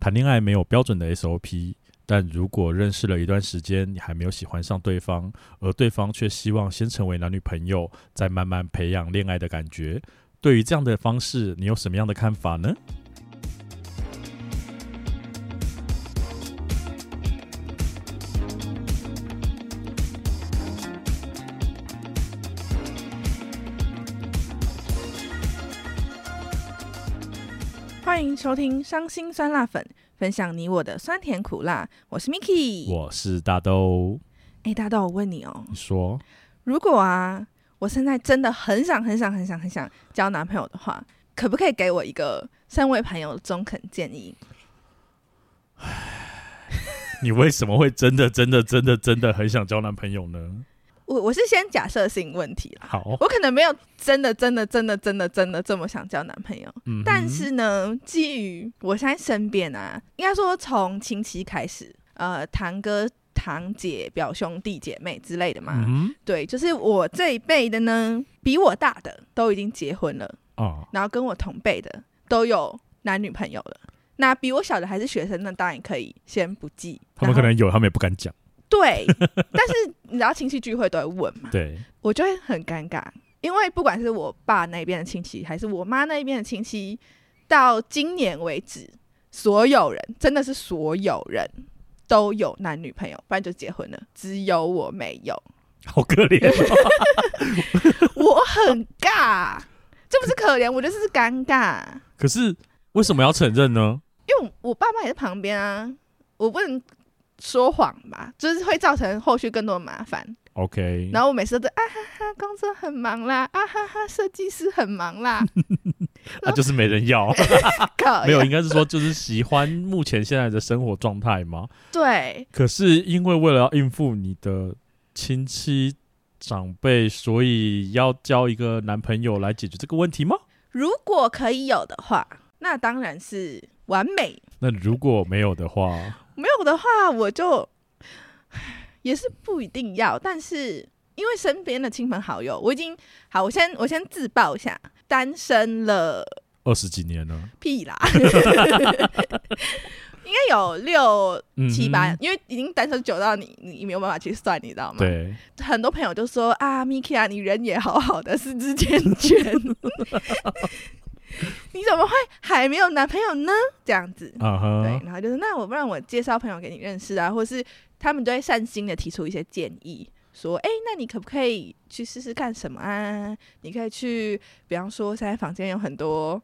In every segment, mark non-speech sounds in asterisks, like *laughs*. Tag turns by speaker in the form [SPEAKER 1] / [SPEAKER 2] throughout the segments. [SPEAKER 1] 谈恋爱没有标准的 SOP，但如果认识了一段时间，你还没有喜欢上对方，而对方却希望先成为男女朋友，再慢慢培养恋爱的感觉，对于这样的方式，你有什么样的看法呢？
[SPEAKER 2] 欢迎收听《伤心酸辣粉》，分享你我的酸甜苦辣。我是 Miki。
[SPEAKER 1] 我是大豆，
[SPEAKER 2] 哎，大豆，我问你哦，
[SPEAKER 1] 你说
[SPEAKER 2] 如果啊，我现在真的很想、很想、很想、很想交男朋友的话，可不可以给我一个身为朋友的中肯建议？
[SPEAKER 1] 你为什么会真的、真的、真的、真的很想交男朋友呢？
[SPEAKER 2] 我我是先假设性问题啦，
[SPEAKER 1] 好，
[SPEAKER 2] 我可能没有真的、真的、真的、真的、真的这么想交男朋友。
[SPEAKER 1] 嗯哼，
[SPEAKER 2] 但是呢，基于我现在身边啊，应该说从亲戚开始，呃，堂哥、堂姐、表兄弟姐妹之类的嘛，
[SPEAKER 1] 嗯
[SPEAKER 2] 对，就是我这一辈的呢，比我大的都已经结婚了，
[SPEAKER 1] 哼啊，
[SPEAKER 2] 然后跟我同辈的都有男女朋友了。那比我小的还是学生，那当然可以先不计。
[SPEAKER 1] 他们
[SPEAKER 2] 然后
[SPEAKER 1] 可能有，他们也不敢讲。
[SPEAKER 2] 对，但是你知道亲戚聚会都会问嘛，
[SPEAKER 1] 对，
[SPEAKER 2] 我就会很尴尬，因为不管是我爸那边的亲戚，还是我妈那边的亲戚，到今年为止，所有人真的是所有人都有男女朋友，不然就结婚了，只有我没有。
[SPEAKER 1] 好可怜哦、
[SPEAKER 2] 我很尬，这不是可怜，我就是尴尬，
[SPEAKER 1] *laughs* 可是为什么要承认呢？
[SPEAKER 2] 因为我我爸妈也在旁边啊，我不能说谎吧，就是会造成后续更多的麻烦。
[SPEAKER 1] OK，
[SPEAKER 2] 然后我每次都啊哈哈，工作很忙啦，啊哈哈，设计师很忙啦，
[SPEAKER 1] 那、就是没人要，
[SPEAKER 2] 靠
[SPEAKER 1] 没有，
[SPEAKER 2] 呀
[SPEAKER 1] 应该是说就是喜欢目前现在的生活状态嘛。
[SPEAKER 2] 对
[SPEAKER 1] *laughs* 可是因为为了要应付你的亲戚长辈，所以要交一个男朋友来解决这个问题吗？ *laughs*
[SPEAKER 2] 如果可以有的话，那当然是完美。
[SPEAKER 1] 那如果没有的话，
[SPEAKER 2] 没有的话，我就也是不一定要，但是因为身边的亲朋好友，我已经好，我先我先自曝一下，单身了
[SPEAKER 1] 二十几年了，*laughs*
[SPEAKER 2] 屁啦，应该有六
[SPEAKER 1] 嗯
[SPEAKER 2] 七八，
[SPEAKER 1] 哼
[SPEAKER 2] 因为已经单身久到你你没有办法去算，你知道吗？，
[SPEAKER 1] 对，
[SPEAKER 2] 很多朋友就说啊，Miki 啊，你人也好好的，四肢健全， *laughs* 你怎么会还没有男朋友呢？这样子，
[SPEAKER 1] 啊
[SPEAKER 2] 对
[SPEAKER 1] 哈，，
[SPEAKER 2] 然后就是那我不然我介绍朋友给你认识啊，或是他们就会善心的提出一些建议，说，哎，那你可不可以去试试看什么啊？你可以去，比方说现在房间有很多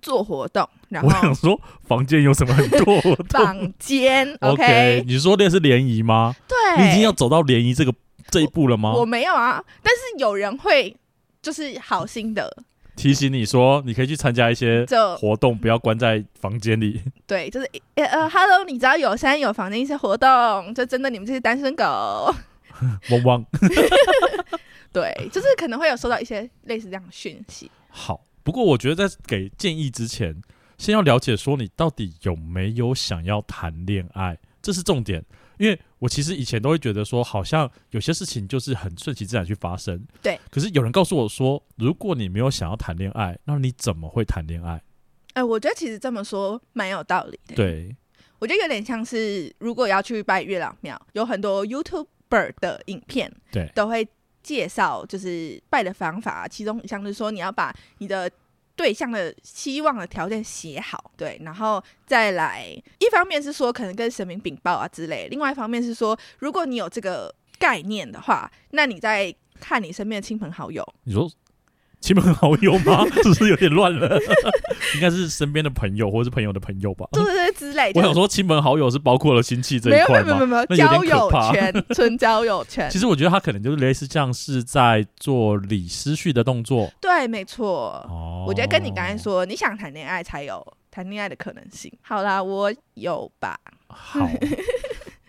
[SPEAKER 2] 做活动，然
[SPEAKER 1] 我想
[SPEAKER 2] 后
[SPEAKER 1] 说房间有什么很
[SPEAKER 2] *laughs*
[SPEAKER 1] 多活动
[SPEAKER 2] 房间
[SPEAKER 1] *laughs* OK，你说那是联谊吗？
[SPEAKER 2] 对，
[SPEAKER 1] 你已经要走到联谊这个这一步了吗？
[SPEAKER 2] 我没有啊，但是有人会就是好心的，
[SPEAKER 1] 提醒你说，你可以去参加一些
[SPEAKER 2] 就
[SPEAKER 1] 活动，不要关在房间里。 *laughs*
[SPEAKER 2] 对，就是呃呃，Hello，你知道有现在有房间一些活动，就针对你们这些单身狗，
[SPEAKER 1] 汪汪，
[SPEAKER 2] 对，就是可能会有收到一些类似这样的讯息。
[SPEAKER 1] 好。不过我觉得在给建议之前，先要了解说你到底有没有想要谈恋爱，这是重点。因为我其实以前都会觉得说，好像有些事情就是很顺其自然去发生。
[SPEAKER 2] 对。
[SPEAKER 1] 可是有人告诉我说，如果你没有想要谈恋爱，那你怎么会谈恋爱？
[SPEAKER 2] 哎、我觉得其实这么说蛮有道理的。
[SPEAKER 1] 对，
[SPEAKER 2] 我觉得有点像是，如果要去拜月老庙，有很多 YouTuber 的影片，
[SPEAKER 1] 对
[SPEAKER 2] 都会介绍就是拜的方法，啊其中一项就是说你要把你的对象的希望的条件写好，对，然后再来，一方面是说可能跟神明禀报啊之类，另外一方面是说，如果你有这个概念的话，那你再看你身边的亲朋好友，
[SPEAKER 1] 你说亲朋好友
[SPEAKER 2] *laughs*
[SPEAKER 1] 吗？是不是有点乱了？ *laughs* 应该是身边的朋友或是朋友的朋友吧。
[SPEAKER 2] 对对对之类
[SPEAKER 1] 我
[SPEAKER 2] 的。
[SPEAKER 1] 想说，亲朋好友是包括了亲戚这
[SPEAKER 2] 没
[SPEAKER 1] 一
[SPEAKER 2] 有没
[SPEAKER 1] 块
[SPEAKER 2] 有没有
[SPEAKER 1] 吗？
[SPEAKER 2] 没有
[SPEAKER 1] 那有点
[SPEAKER 2] 交
[SPEAKER 1] 可
[SPEAKER 2] 友
[SPEAKER 1] 怕
[SPEAKER 2] 圈，纯交友
[SPEAKER 1] *laughs*
[SPEAKER 2] 圈
[SPEAKER 1] 其。实我觉得他可能就是类似像是在做理思绪的动作。
[SPEAKER 2] 对，没错。
[SPEAKER 1] 哦，
[SPEAKER 2] 我觉得跟你刚才，说，你想谈恋爱才有谈恋爱的可能性。好啦，我有吧。 *laughs*
[SPEAKER 1] 好，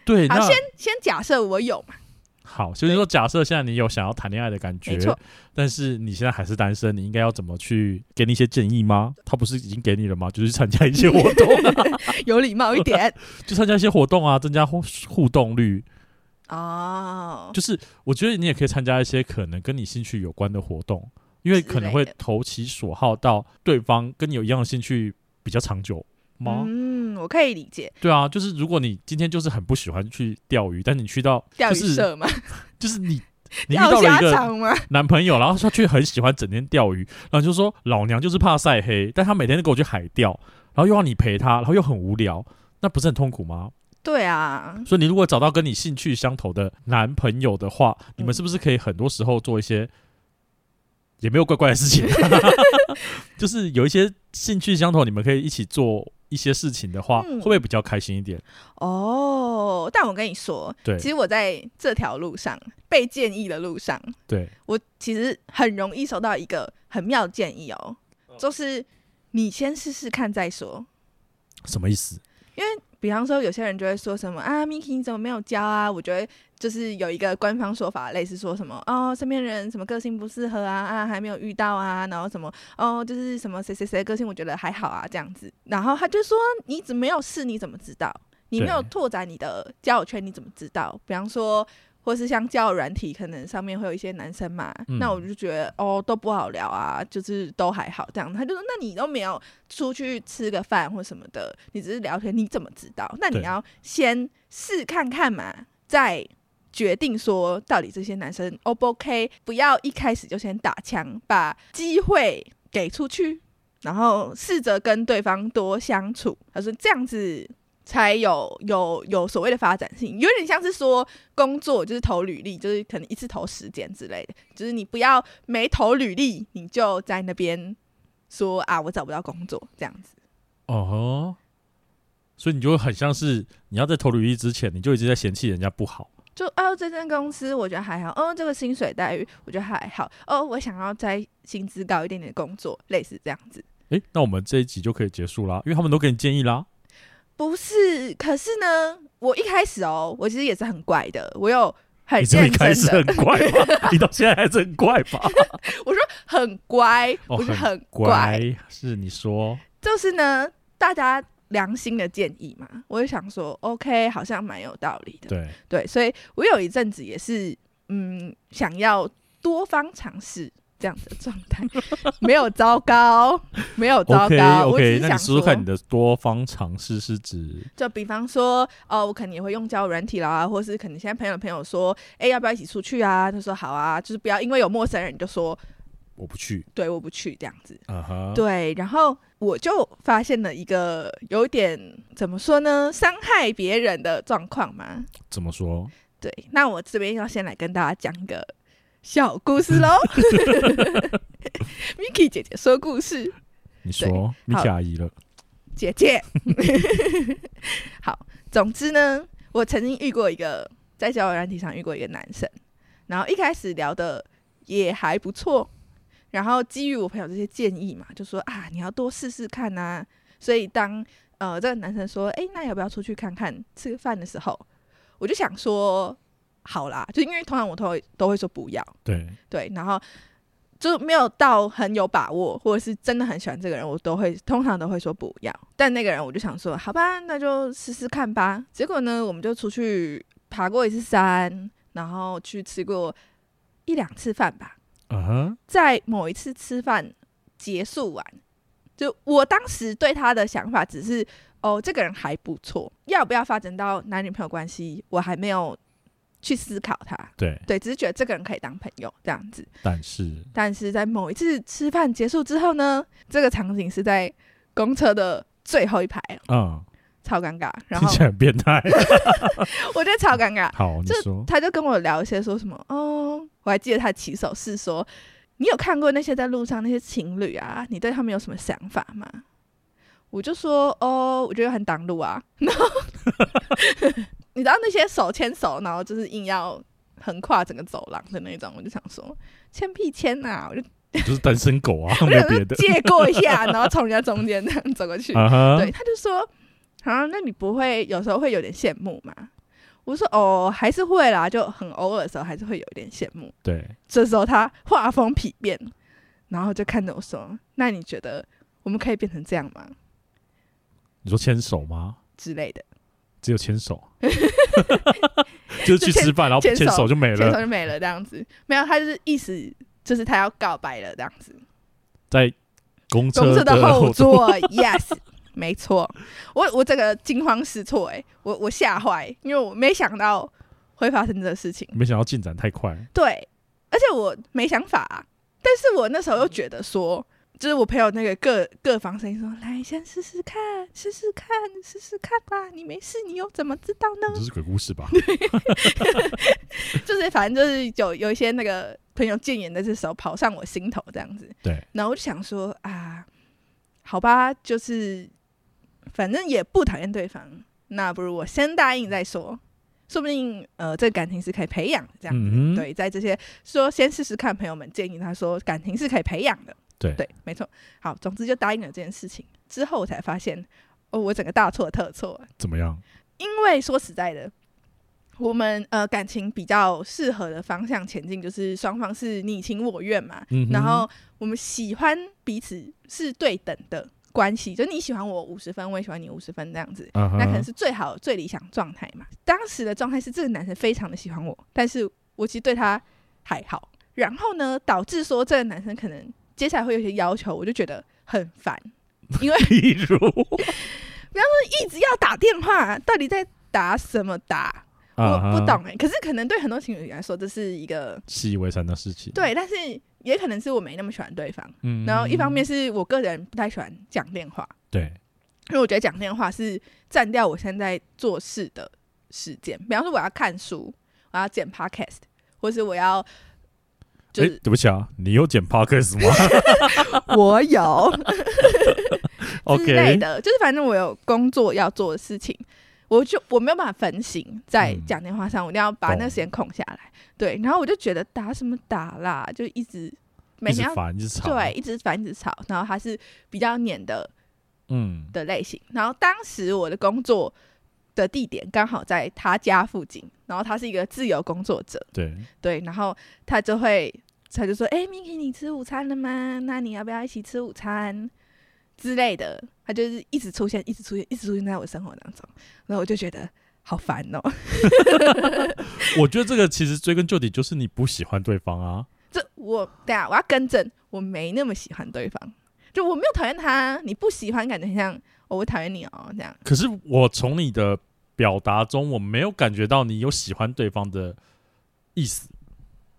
[SPEAKER 1] 对，
[SPEAKER 2] 好
[SPEAKER 1] 那
[SPEAKER 2] 先假设我有嘛，
[SPEAKER 1] 好，所以说假设现在你有想要谈恋爱的感觉
[SPEAKER 2] 没错，
[SPEAKER 1] 但是你现在还是单身，你应该要怎么去给你一些建议吗？他不是已经给你了吗？就是去参加一些
[SPEAKER 2] *laughs*
[SPEAKER 1] 活动、啊，
[SPEAKER 2] 有礼貌一
[SPEAKER 1] *laughs*
[SPEAKER 2] 点
[SPEAKER 1] 就参加一些活动啊，增加互互动率。
[SPEAKER 2] 哦。
[SPEAKER 1] 就是我觉得你也可以参加一些可能跟你兴趣有关的活动，因为可能会
[SPEAKER 2] 之类的
[SPEAKER 1] 投其所好到对方跟你有一样的兴趣比较长久吗？
[SPEAKER 2] 嗯嗯，我可以理解
[SPEAKER 1] 对啊，就是如果你今天就是很不喜欢去钓鱼，但你去到
[SPEAKER 2] 钓鱼
[SPEAKER 1] 就是
[SPEAKER 2] 社嘛，
[SPEAKER 1] 就是
[SPEAKER 2] *laughs*
[SPEAKER 1] 你你遇
[SPEAKER 2] 钓
[SPEAKER 1] 到了一
[SPEAKER 2] 虾
[SPEAKER 1] 个
[SPEAKER 2] 场嘛，
[SPEAKER 1] 男朋友，然后他却很喜欢整天钓鱼，然后就说老娘就是怕晒黑，但他每天都跟我去海钓，然后又要你陪他，然后又很无聊，那不是很痛苦吗？
[SPEAKER 2] 对啊，
[SPEAKER 1] 所以你如果找到跟你兴趣相投的男朋友的话，你们
[SPEAKER 2] 嗯
[SPEAKER 1] 是不是可以很多时候做一些也没有怪怪的事
[SPEAKER 2] *laughs*
[SPEAKER 1] 情，就是有一些兴趣相投，你们可以一起做一些事情的话，
[SPEAKER 2] 嗯
[SPEAKER 1] 会不会比较开心一点？
[SPEAKER 2] 哦，但我跟你说，
[SPEAKER 1] 对
[SPEAKER 2] 其实我在这条路上被建议的路上，
[SPEAKER 1] 对，
[SPEAKER 2] 我其实很容易收到一个很妙的建议哦，
[SPEAKER 1] 嗯
[SPEAKER 2] 就是你先试试看再说。
[SPEAKER 1] 什么意思？
[SPEAKER 2] 比方说，有些人就会说什么啊，Miki 你怎么没有教啊？我觉得就是有一个官方说法，类似说什么哦，身边人什么个性不适合啊啊，还没有遇到啊，然后什么哦，就是什么谁谁谁的个性我觉得还好啊这样子。然后他就说你怎么没有试，你怎么知道？你没有
[SPEAKER 1] 对
[SPEAKER 2] 拓展你的交友圈，你怎么知道？比方说，或是像交友软体，可能上面会有一些男生嘛，
[SPEAKER 1] 嗯
[SPEAKER 2] 那我就觉得哦都不好聊啊，就是都还好这样。他就说，那你都没有出去吃个饭或什么的，你只是聊天，你怎么知道？那你
[SPEAKER 1] 对
[SPEAKER 2] 要先试看看嘛，再。决定说到底这些男生 O 不 OK，不要一开始就先打枪，把机会给出去，然后试着跟对方多相处。他说这样子才有有有所谓的发展性，有点像是说工作就是投履历，就是可能一次投十件之类的，就是你不要没投履历你就在那边说啊我找不到工作这样子。
[SPEAKER 1] 哦吼，所以你就会很像是你要在投履历之前，你就一直在嫌弃人家不好。
[SPEAKER 2] 就哦，这间公司我觉得还好，哦，这个薪水待遇我觉得还好，哦，我想要在薪资高一点点的工作，类似这样子。
[SPEAKER 1] 诶，那我们这一集就可以结束啦，因为他们都给你建议啦。
[SPEAKER 2] 不是，可是呢，我一开始哦，我其实也是很怪的，我有很
[SPEAKER 1] 你这么一
[SPEAKER 2] 认
[SPEAKER 1] 开
[SPEAKER 2] 真
[SPEAKER 1] 始
[SPEAKER 2] 的
[SPEAKER 1] 很，怪
[SPEAKER 2] *laughs*
[SPEAKER 1] 吧？你到现在还是很怪吧？
[SPEAKER 2] 很乖，
[SPEAKER 1] 哦
[SPEAKER 2] 不是
[SPEAKER 1] 很
[SPEAKER 2] 很乖，
[SPEAKER 1] 是你说
[SPEAKER 2] 就是呢，大家良心的建议嘛，我就想说，OK，好像蛮有道理的，
[SPEAKER 1] 对，
[SPEAKER 2] *laughs* 对，所以我有一阵子也是，嗯，想要多方尝试这样的状态， *laughs* 没有糟糕，没有糟
[SPEAKER 1] OK
[SPEAKER 2] 糕我
[SPEAKER 1] OK，
[SPEAKER 2] 只是
[SPEAKER 1] 那你
[SPEAKER 2] 想
[SPEAKER 1] 说
[SPEAKER 2] 说，
[SPEAKER 1] 说看你的多方尝试是指
[SPEAKER 2] 就比方说，哦，我可能也会用交友软体啦，或是可能现在朋友的朋友说，哎、要不要一起出去啊？他说好啊，就是不要因为有陌生人你就说，
[SPEAKER 1] 我不去，
[SPEAKER 2] 对，我不去这样子。
[SPEAKER 1] 啊哈，
[SPEAKER 2] 对，然后我就发现了一个有点怎么说呢，伤害别人的状况嘛。
[SPEAKER 1] 怎么说？
[SPEAKER 2] 对，那我这边要先来跟大家讲一个小故事喽。Miki 姐姐说故事，
[SPEAKER 1] 你说米
[SPEAKER 2] 好
[SPEAKER 1] 卡阿姨了，
[SPEAKER 2] 姐姐。 *laughs* 好，总之呢，我曾经遇过一个在交友软体上遇过一个男生，然后一开始聊的也还不错，然后基于我朋友这些建议嘛，就说啊，你要多试试看呐、所以当呃这个男生说，诶，那要不要出去看看吃个饭的时候，我就想说，好啦，就因为通常我都会都会说不要，
[SPEAKER 1] 对，
[SPEAKER 2] 对，然后就没有到很有把握，或者是真的很喜欢这个人，我都会通常都会说不要。但那个人我就想说，好吧，那就试试看吧。结果呢，我们就出去爬过一次山，然后去吃过一两次饭吧。
[SPEAKER 1] 啊哈，
[SPEAKER 2] 在某一次吃饭结束完，就我当时对他的想法只是，哦，这个人还不错，要不要发展到男女朋友关系，我还没有去思考他。
[SPEAKER 1] 对，
[SPEAKER 2] 对，只是觉得这个人可以当朋友这样子。
[SPEAKER 1] 但是
[SPEAKER 2] 但是在某一次吃饭结束之后呢，这个场景是在公车的最后一排，
[SPEAKER 1] 啊，
[SPEAKER 2] 超尴尬。然
[SPEAKER 1] 听
[SPEAKER 2] 后
[SPEAKER 1] 起来很变态。
[SPEAKER 2] *laughs* 我觉得超尴尬，
[SPEAKER 1] 好，你
[SPEAKER 2] 这
[SPEAKER 1] 说
[SPEAKER 2] 他就跟我聊一些说什么哦，我还记得他的起手是说，你有看过那些在路上那些情侣啊，你对他们有什么想法吗？我就说哦，我觉得很挡路啊。 *laughs* 然后你知道那些手牵手，然后就是硬要横跨整个走廊的那种，我就想说牵屁牵呐、我就
[SPEAKER 1] 你就是单身狗
[SPEAKER 2] *laughs*
[SPEAKER 1] 啊，没
[SPEAKER 2] 我
[SPEAKER 1] 有
[SPEAKER 2] 想
[SPEAKER 1] 别
[SPEAKER 2] 说
[SPEAKER 1] 的
[SPEAKER 2] 借过一
[SPEAKER 1] *laughs*
[SPEAKER 2] 下，然后从人家中间这样走过去。
[SPEAKER 1] 啊哈，
[SPEAKER 2] 对，他就说，啊，那你不会有时候会有点羡慕吗？我说哦，还是会啦，就很偶尔的时候还是会有点羡慕。
[SPEAKER 1] 对，
[SPEAKER 2] 这时候他画风丕变，然后就看着我说：“那你觉得我们可以变成这样吗
[SPEAKER 1] 你说牵手吗？？”
[SPEAKER 2] 之类的，
[SPEAKER 1] 只有牵手，
[SPEAKER 2] *laughs*
[SPEAKER 1] *laughs* 就是去
[SPEAKER 2] 就牵
[SPEAKER 1] 吃饭，然后不
[SPEAKER 2] 牵
[SPEAKER 1] 牵
[SPEAKER 2] 手
[SPEAKER 1] 手就没
[SPEAKER 2] 牵手
[SPEAKER 1] 了，
[SPEAKER 2] 就没了这样子。没有，他就是意思就是他要告白了这样子。
[SPEAKER 1] 在公
[SPEAKER 2] 公
[SPEAKER 1] 车
[SPEAKER 2] 车的后
[SPEAKER 1] 后
[SPEAKER 2] 座，yes。没错，我我这个惊慌失措、欸，哎，我我吓坏，因为我没想到会发生这个事情。
[SPEAKER 1] 没想到进展太快，
[SPEAKER 2] 对，而且我没想法啊、但是我那时候又觉得说，就是我朋友那个各各房声音说，来先试试看，试试看，试试看吧，你没事，你又怎么知道呢？
[SPEAKER 1] 这是鬼故事
[SPEAKER 2] *laughs*
[SPEAKER 1] 吧？
[SPEAKER 2] 就是反正就是有有一些那个朋友谏言的这时候跑上我心头这样子，
[SPEAKER 1] 对，
[SPEAKER 2] 然后我就想说啊，好吧，就是反正也不讨厌对方，那不如我先答应再说，说不定呃这个感情是可以培养的这样子。
[SPEAKER 1] 嗯哼
[SPEAKER 2] 对，在这些说先试试看，朋友们建议他说感情是可以培养的。
[SPEAKER 1] 对
[SPEAKER 2] 对，没错。好，总之就答应了这件事情之后，我才发现哦，我整个大错特错。啊
[SPEAKER 1] 怎么样？
[SPEAKER 2] 因为说实在的，我们呃感情比较适合的方向前进，就是双方是你情我愿嘛，
[SPEAKER 1] 嗯哼
[SPEAKER 2] *laughs* 然后我们喜欢彼此是对等的关系，就你喜欢我五十分，我也喜欢你五十分这样子。
[SPEAKER 1] 啊哈，
[SPEAKER 2] 那可能是最好最理想状态嘛。当时的状态是这个男生非常的喜欢我，但是我其实对他还好。然后呢，导致说这个男生可能接下来会有一些要求，我就觉得很烦，
[SPEAKER 1] 例如
[SPEAKER 2] 一直要打电话，啊到底在打什么打？
[SPEAKER 1] 啊哈
[SPEAKER 2] 我不懂哎、可是可能对很多情侣来说，这是一个
[SPEAKER 1] 习以为常的事情，，
[SPEAKER 2] 对，但是也可能是我没那么喜欢对方。
[SPEAKER 1] 嗯
[SPEAKER 2] 然后一方面是我个人不太喜欢讲电话，
[SPEAKER 1] 对，
[SPEAKER 2] 因为我觉得讲电话是占掉我现在做事的时间。比方说我要看书，我要剪 podcast，或是我要就
[SPEAKER 1] 哎，
[SPEAKER 2] 是
[SPEAKER 1] 对不起啊，你有剪 podcast
[SPEAKER 2] *laughs*
[SPEAKER 1] 吗 *laughs*
[SPEAKER 2] 我有之类
[SPEAKER 1] ？OK，
[SPEAKER 2] 的就是反正我有工作要做的事情，我就我没有办法分心在
[SPEAKER 1] 嗯
[SPEAKER 2] 讲电话上，我一定要把那
[SPEAKER 1] 懂
[SPEAKER 2] 时间空下来。对，然后我就觉得打什么打啦，就一直每
[SPEAKER 1] 一直
[SPEAKER 2] 天要
[SPEAKER 1] 烦，一直吵，
[SPEAKER 2] 对，，一直烦一直吵，然后他是比较黏的
[SPEAKER 1] 嗯，
[SPEAKER 2] 的类型。然后当时我的工作的地点刚好在他家附近，然后他是一个自由工作者，
[SPEAKER 1] 对，
[SPEAKER 2] 对，然后他就会他就说：“哎、m i k i 你吃午餐了吗？那你要不要一起吃午餐？”之类的，他就是一直出现，一直出现，一直出现在我生活当中，然后我就觉得好烦哦、 *laughs*
[SPEAKER 1] 我觉得这个其实追根究底就是你不喜欢对方啊，
[SPEAKER 2] 这我等一下我要更正，我没那么喜欢对方，就我没有讨厌他，你不喜欢感觉很像、哦、我讨厌你哦这样。
[SPEAKER 1] 可是我从你的表达中，我没有感觉到你有喜欢对方的意思。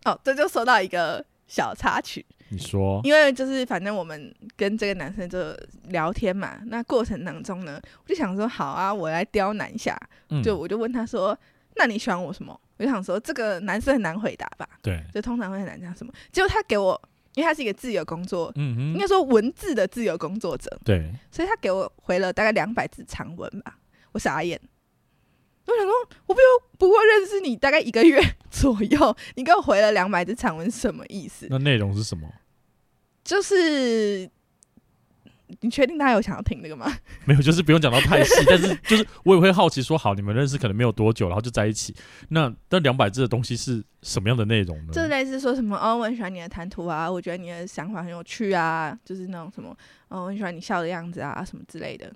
[SPEAKER 2] 哦，这就说到一个小插曲，
[SPEAKER 1] 你说，
[SPEAKER 2] 因为就是反正我们跟这个男生就聊天嘛，那过程当中呢，我就想说好啊，我来刁难一下，
[SPEAKER 1] 嗯，
[SPEAKER 2] 就我就问他说，那你喜欢我什么？我就想说这个男生很难回答吧，
[SPEAKER 1] 对，
[SPEAKER 2] 就通常会很难讲什么。结果他给我，因为他是一个自由工作，
[SPEAKER 1] 嗯
[SPEAKER 2] 应
[SPEAKER 1] 哼，
[SPEAKER 2] 该说文字的自由工作者，
[SPEAKER 1] 对，
[SPEAKER 2] 所以他给我回了大概两百字长文吧，我傻眼。我想说，我不过不过认识你大概一个月 *laughs* 左右，你给我回了两百字长文，什么意思？
[SPEAKER 1] 那内容是什么？
[SPEAKER 2] 就是你确定大家有想要听这个吗？
[SPEAKER 1] 没有， *laughs* 就是不用讲到太细，但是就是我也会好奇说，好，你们认识可能没有多久，然后就在一起，那那两百字的东西是什么样的内容呢？
[SPEAKER 2] 就类似说什么哦，我很喜欢你的谈吐啊，我觉得你的想法很有趣啊，就是那种什么哦，我很喜欢你笑的样子啊，什么之类的。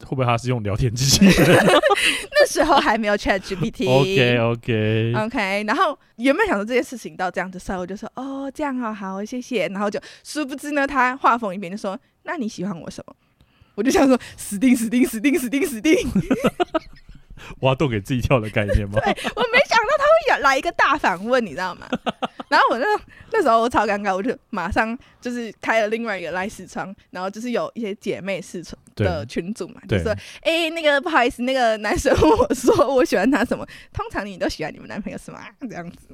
[SPEAKER 1] 会不会他是用聊天机
[SPEAKER 2] *laughs*
[SPEAKER 1] 器人
[SPEAKER 2] 那时候还没有 Chat GPT。
[SPEAKER 1] ？OK OK，
[SPEAKER 2] OK，然后原本想说这件事情到这样子，所以我就说哦，这样好好，谢谢。然后就殊不知呢，他话锋一变就说：“那你喜欢我什么？”我就想说死定死定死定死定死定，我
[SPEAKER 1] 挖洞给自己跳的概念
[SPEAKER 2] *laughs*
[SPEAKER 1] 吗？
[SPEAKER 2] 没想到他会来一个大反问，你知道
[SPEAKER 1] *laughs*
[SPEAKER 2] 吗？然后我那那时候我超尴尬，我就马上就是开了另外一个赖视窗，然后就是有一些姐妹视窗
[SPEAKER 1] 对
[SPEAKER 2] 的群组嘛，就
[SPEAKER 1] 对
[SPEAKER 2] 说哎、那个不好意思，那个男生问我说我喜欢他什么？通常你都喜欢你们男朋友什么啊、这样子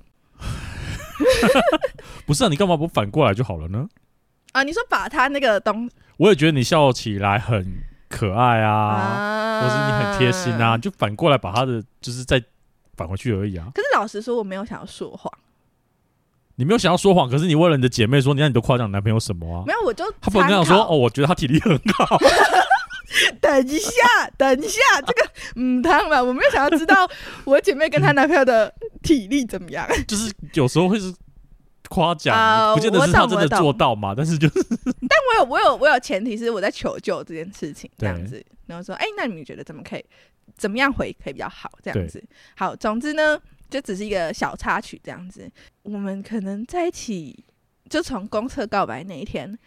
[SPEAKER 1] 不是啊，你干嘛不反过来就好了呢？
[SPEAKER 2] 啊？你说把他那个东
[SPEAKER 1] 我也觉得你笑起来很可爱啊
[SPEAKER 2] 啊
[SPEAKER 1] 或是你很贴心
[SPEAKER 2] 嗯
[SPEAKER 1] 啊，。就反过来把他的就是再返回去而已啊。
[SPEAKER 2] 可是老实说，我没有想要说谎，
[SPEAKER 1] 你没有想要说谎，可是你为了你的姐妹说，你看你都夸奖你男朋友什么啊？
[SPEAKER 2] 没有我就
[SPEAKER 1] 他不能跟
[SPEAKER 2] 参
[SPEAKER 1] 我说
[SPEAKER 2] 考
[SPEAKER 1] 哦，我觉得他体力很好， *laughs*
[SPEAKER 2] 等一下，等一下，这个嗯，当然我没有想要知道我姐妹跟她男朋友的体力怎么样。
[SPEAKER 1] 就是有时候会是夸奖，
[SPEAKER 2] 啊
[SPEAKER 1] 不见得
[SPEAKER 2] 我
[SPEAKER 1] 是他
[SPEAKER 2] 懂
[SPEAKER 1] 真
[SPEAKER 2] 我
[SPEAKER 1] 的
[SPEAKER 2] 懂
[SPEAKER 1] 做到嘛。但是就是
[SPEAKER 2] *laughs* 我有我有我有前提是我在求救这件事情
[SPEAKER 1] 对
[SPEAKER 2] 这样子，然后说，哎、那你们觉得怎么可以怎么样回可以比较好这
[SPEAKER 1] 对
[SPEAKER 2] 样子？好，总之呢，就只是一个小插曲这样子。我们可能在一起，就从公厕告白那一天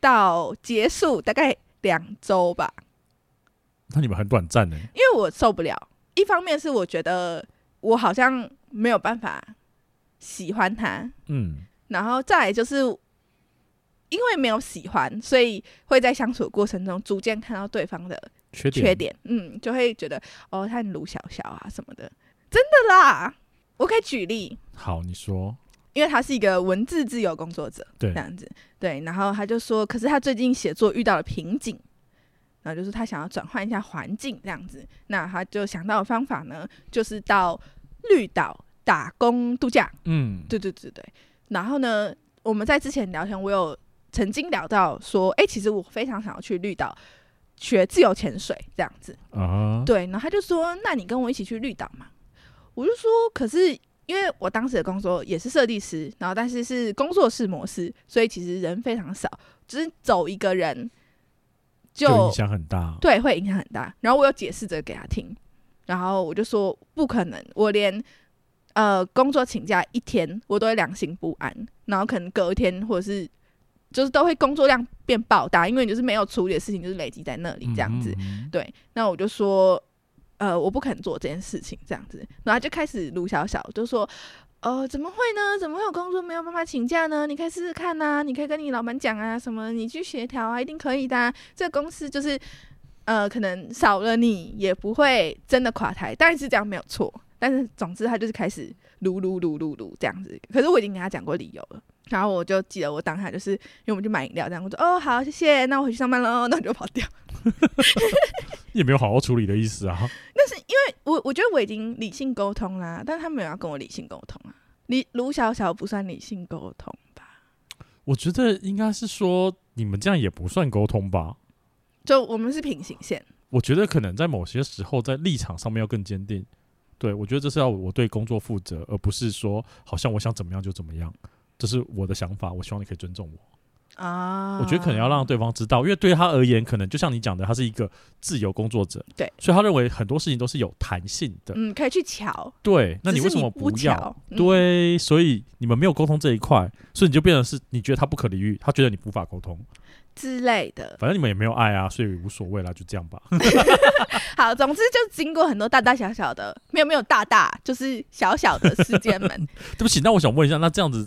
[SPEAKER 2] 到结束大概两周吧，
[SPEAKER 1] 那你们很短暂呢、
[SPEAKER 2] 嗯因为我受不了。一方面是我觉得我好像没有办法喜欢他，
[SPEAKER 1] 嗯，
[SPEAKER 2] 然后再来就是因为没有喜欢，所以会在相处的过程中逐渐看到对方的
[SPEAKER 1] 缺点
[SPEAKER 2] 缺点，嗯，就会觉得哦，他很鲁小小啊什么的，真的啦。我可以举例，
[SPEAKER 1] 好，你说
[SPEAKER 2] 因为他是一个文字自由工作者，
[SPEAKER 1] 对
[SPEAKER 2] 这样子，对，然后他就说，可是他最近写作遇到了瓶颈，然后就是他想要转换一下环境这样子，那他就想到的方法呢，就是到绿岛打工度假，
[SPEAKER 1] 嗯，
[SPEAKER 2] 对对对对。然后呢，我们在之前聊天，我有曾经聊到说，哎、其实我非常想要去绿岛学自由潜水这样子，
[SPEAKER 1] 啊，
[SPEAKER 2] 对，然后他就说：“那你跟我一起去绿岛嘛？”我就说：“可是因为我当时的工作也是设计师，然后但是是工作室模式，所以其实人非常少，只是走一个人就
[SPEAKER 1] 就影响很大，
[SPEAKER 2] 对会影响很大。”然后我有解释这个给他听，然后我就说：“不可能，我连呃工作请假一天，我都会良心不安，然后可能隔一天或者是。”就是都会工作量变爆大，因为你就是没有处理的事情，就是累积在那里这样子。
[SPEAKER 1] 嗯，
[SPEAKER 2] 对，那我就说，呃，我不肯做这件事情，这样子，然后他就开始卢小小就说，呃，怎么会呢？怎么会有工作没有办法请假呢？你可以试试看呐、你可以跟你老板讲啊，什么你去协调啊，一定可以的啊、这个公司就是，呃，可能少了你也不会真的垮台，当然是这样没有错。但是总之他就是开始撸撸撸撸撸这样子，可是我已经跟他讲过理由了。然后我就记得我当下就是因为我们去买饮料，这样我说哦好谢谢，那我回去上班喽， *laughs* 那我就跑掉。
[SPEAKER 1] 也没有好好处理的意思啊，
[SPEAKER 2] 我我觉得我已经理性沟通啦，但他没有要跟我理性沟通啊。你卢小小不算理性沟通吧？
[SPEAKER 1] 我觉得应该是说你们这样也不算沟通吧。
[SPEAKER 2] 就我们是平行线，
[SPEAKER 1] 我觉得可能在某些时候，在立场上面要更坚定。对我觉得这是要我对工作负责，而不是说好像我想怎么样就怎么样，这是我的想法。我希望你可以尊重我。
[SPEAKER 2] 啊，
[SPEAKER 1] 我觉得可能要让对方知道，因为对他而言，可能就像你讲的，他是一个自由工作者，
[SPEAKER 2] 对，
[SPEAKER 1] 所以他认为很多事情都是有弹性的。
[SPEAKER 2] 嗯，可以去瞧。
[SPEAKER 1] 对，那
[SPEAKER 2] 只
[SPEAKER 1] 你
[SPEAKER 2] 是
[SPEAKER 1] 为什么
[SPEAKER 2] 不
[SPEAKER 1] 要
[SPEAKER 2] 瞧？？嗯，
[SPEAKER 1] 对，所以你们没有沟通这一块，所以你就变成是你觉得他不可理喻，他觉得你无法沟通，
[SPEAKER 2] 之类的。
[SPEAKER 1] 反正你们也没有爱啊，所以无所谓啦，就这样吧。
[SPEAKER 2] 好，总之就经过很多大大小小的，没有没有大大，就是小小的事件们。
[SPEAKER 1] 对不起，那我想问一下，那这样子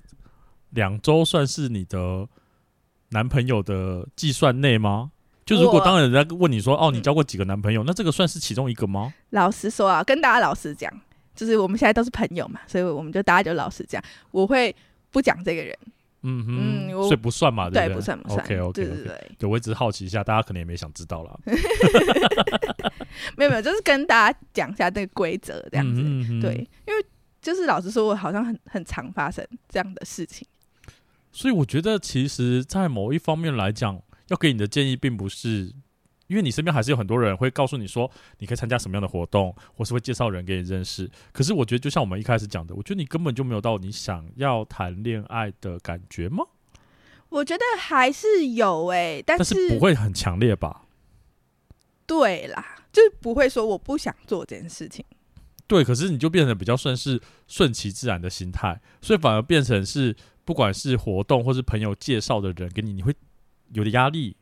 [SPEAKER 1] 两周算是你的男朋友的计算内吗？就如果
[SPEAKER 2] 我
[SPEAKER 1] 当然人家问你说哦，你
[SPEAKER 2] 嗯
[SPEAKER 1] 交过几个男朋友，那这个算是其中一个吗？
[SPEAKER 2] 老实说啊，跟大家老实讲，就是我们现在都是朋友嘛，所以我们就大家就老实讲，我会不讲这个人，
[SPEAKER 1] 嗯哼，
[SPEAKER 2] 嗯我
[SPEAKER 1] 所以不算嘛，
[SPEAKER 2] 对，
[SPEAKER 1] 啊不
[SPEAKER 2] 不算不算。
[SPEAKER 1] OK OK
[SPEAKER 2] 对对
[SPEAKER 1] OK，
[SPEAKER 2] 对。
[SPEAKER 1] 对我只是好奇一下，大家可能也没想知道啦。
[SPEAKER 2] 没有没有，就是跟大家讲一下这个规则这样子。
[SPEAKER 1] 嗯哼，
[SPEAKER 2] 对
[SPEAKER 1] 嗯哼，
[SPEAKER 2] 因为就是老实说，我好像很很常发生这样的事情。
[SPEAKER 1] 所以我觉得其实，在某一方面来讲，要给你的建议并不是。因为你身边还是有很多人会告诉你说，你可以参加什么样的活动，或是会介绍人给你认识。可是我觉得，就像我们一开始讲的，我觉得你根本就没有到你想要谈恋爱的感觉吗？
[SPEAKER 2] 我觉得还是有诶、但
[SPEAKER 1] 但
[SPEAKER 2] 是
[SPEAKER 1] 是不会很强烈吧？
[SPEAKER 2] 对啦，就是不会说我不想做这件事情。
[SPEAKER 1] 对，可是你就变成比较算是顺其自然的心态，所以反而变成是不管是活动或是朋友介绍的人给你，你会有点压力。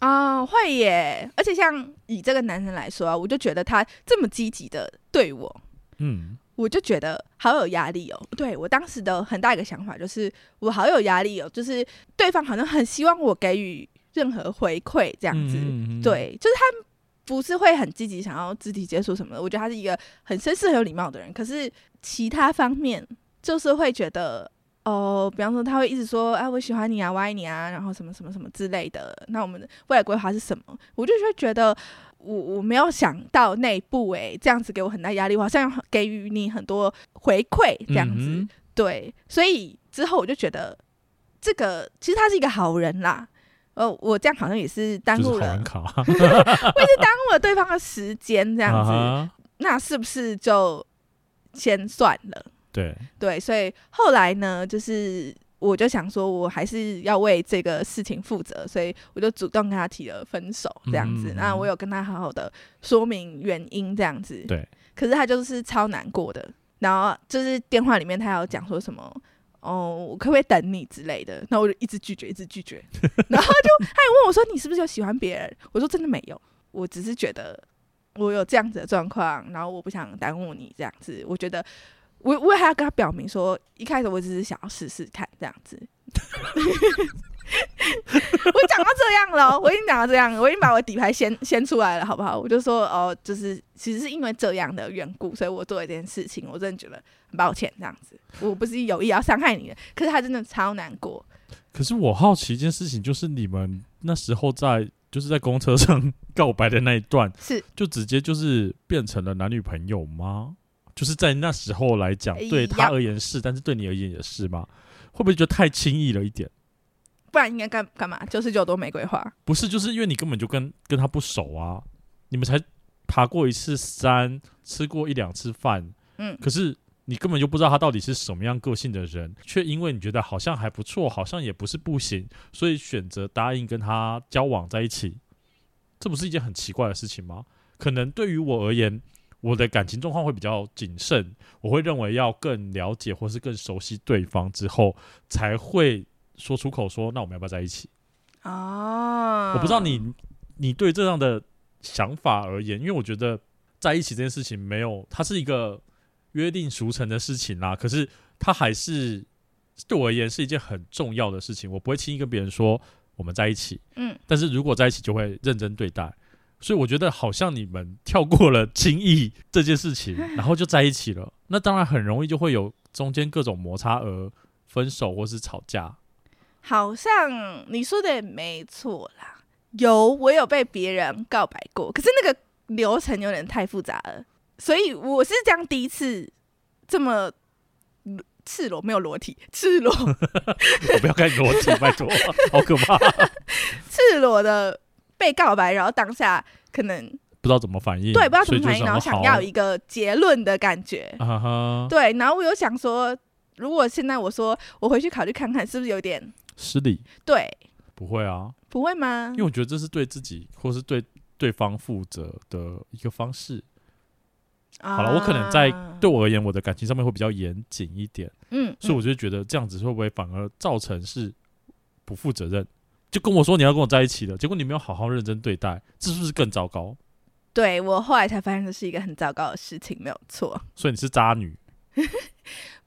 [SPEAKER 2] 啊、会耶！而且像以这个男生来说啊，我就觉得他这么积极的对我，
[SPEAKER 1] 嗯，
[SPEAKER 2] 我就觉得好有压力哦。对我当时的很大一个想法就是，我好有压力哦，就是对方好像很希望我给予任何回馈这
[SPEAKER 1] 这
[SPEAKER 2] 样子。
[SPEAKER 1] 嗯嗯嗯
[SPEAKER 2] 对，就是他不是会很积极想要肢体接触什么的。我觉得他是一个很绅士、很有礼貌的人，可是其他方面就是会觉得。哦，比方说他会一直说，啊，我喜欢你啊，我爱你啊，然后什么什么什么之类的。那我们的未来规划是什么？我就会觉得我我没有想到那一步、欸，这样子给我很大压力，我好像要给予你很多回馈这样子。
[SPEAKER 1] 嗯哼
[SPEAKER 2] 对，所以之后我就觉得这个其实他是一个好人啦。呃，我这样好像也是耽
[SPEAKER 1] 就是
[SPEAKER 2] 误
[SPEAKER 1] 好
[SPEAKER 2] 了
[SPEAKER 1] 人卡
[SPEAKER 2] 耽误了对方的时 *laughs* 间，这样子，
[SPEAKER 1] *laughs* 啊哈
[SPEAKER 2] 那是不是就先算了？
[SPEAKER 1] 对，
[SPEAKER 2] 对，所以后来呢，就是我就想说，我还是要为这个事情负责，所以我就主动跟他提了分手，这样子。
[SPEAKER 1] 嗯
[SPEAKER 2] 那我有跟他好好的说明原因，这样子。
[SPEAKER 1] 对，
[SPEAKER 2] 可是他就是超难过的，然后就是电话里面他有讲说什么。哦，我可不可以等你之类的？那我就一直拒绝，一直
[SPEAKER 1] *laughs*
[SPEAKER 2] 拒绝。然后他就他也问我说：“你是不是有喜欢别人？”我说：“真的没有，我只是觉得我有这样子的状况，然后我不想耽误你这样子，我觉得我我也还要跟他表明说，一开始我只是想要试试看这样子。 *laughs* 我讲到这样了哦，我已经讲到这样了，我已经把我底牌掀掀出来了，好不好？我就说哦，就是其实是因为这样的缘故，所以我做了这件事情，我真的觉得很抱歉，这样子，我不是有意要伤害你的，可是他真的超难过，
[SPEAKER 1] 可是我好奇一件事情，就是你们那时候在就是在公车上告白的那一段，
[SPEAKER 2] 是
[SPEAKER 1] 就直接就是变成了男女朋友吗？就是在那时候来讲，对他
[SPEAKER 2] Yup
[SPEAKER 1] 而言是，但是对你而言也是吗？会不会觉得太轻易了一点？
[SPEAKER 2] 不然应该干干嘛？九十九朵玫瑰花，
[SPEAKER 1] 不是，就是因为你根本就跟跟他不熟啊，你们才爬过一次山，吃过一两次饭，
[SPEAKER 2] 嗯，
[SPEAKER 1] 可是你根本就不知道他到底是什么样个性的人，却因为你觉得好像还不错，好像也不是不行，所以选择答应跟他交往在一起，这不是一件很奇怪的事情吗？可能对于我而言，我的感情状况会比较谨慎，我会认为要更了解或是更熟悉对方之后，才会说出口说那我们要不要在一起？
[SPEAKER 2] 哦，
[SPEAKER 1] 我不知道你你对这样的想法而言，因为我觉得在一起这件事情没有，它是一个约定俗成的事情啦。可是它还是对我而言是一件很重要的事情，我不会轻易跟别人说我们在一起。
[SPEAKER 2] 嗯，
[SPEAKER 1] 但是如果在一起，就会认真对待。所以我觉得好像你们 *laughs* 跳过了轻易这件事情，然后就在一起了。那当然很容易就会有中间各种摩擦而分手或是吵架。
[SPEAKER 2] 好像你说的也没错啦。有，我有被别人告白过，可是那个流程有点太复杂了，所以我是这样第一次这么赤裸，没有裸体，
[SPEAKER 1] *laughs*
[SPEAKER 2] 赤裸
[SPEAKER 1] 我不要看裸体，拜托， *laughs* 好可怕。
[SPEAKER 2] 赤裸的被告白，然后当下可能
[SPEAKER 1] 不知道怎么反应，
[SPEAKER 2] 对不知道怎么
[SPEAKER 1] 嗯所
[SPEAKER 2] 反
[SPEAKER 1] 以就
[SPEAKER 2] 应，然后想
[SPEAKER 1] 好
[SPEAKER 2] 要一个结论的感觉，
[SPEAKER 1] 啊哈，
[SPEAKER 2] 对，然后我有想说，如果现在我说我回去考虑看看，是不是有点
[SPEAKER 1] 失礼
[SPEAKER 2] 对？
[SPEAKER 1] 不会啊，
[SPEAKER 2] 不会吗
[SPEAKER 1] 因为？我觉得这是对自己或是对对方负责的一个方式。
[SPEAKER 2] 嗯好
[SPEAKER 1] 好
[SPEAKER 2] 啊
[SPEAKER 1] 了，我可能在对我而言，我的感情上面会比较严谨一点，
[SPEAKER 2] 嗯，
[SPEAKER 1] 所以
[SPEAKER 2] 嗯
[SPEAKER 1] 我就觉得这样子会不会反而造成是不负责任？就跟我说你要跟我在一起了，结果你没有好好认真对待，这是不是更糟糕？
[SPEAKER 2] 对我后来才发现这是一个很糟糕的事情，没有错，
[SPEAKER 1] 所以你是渣女，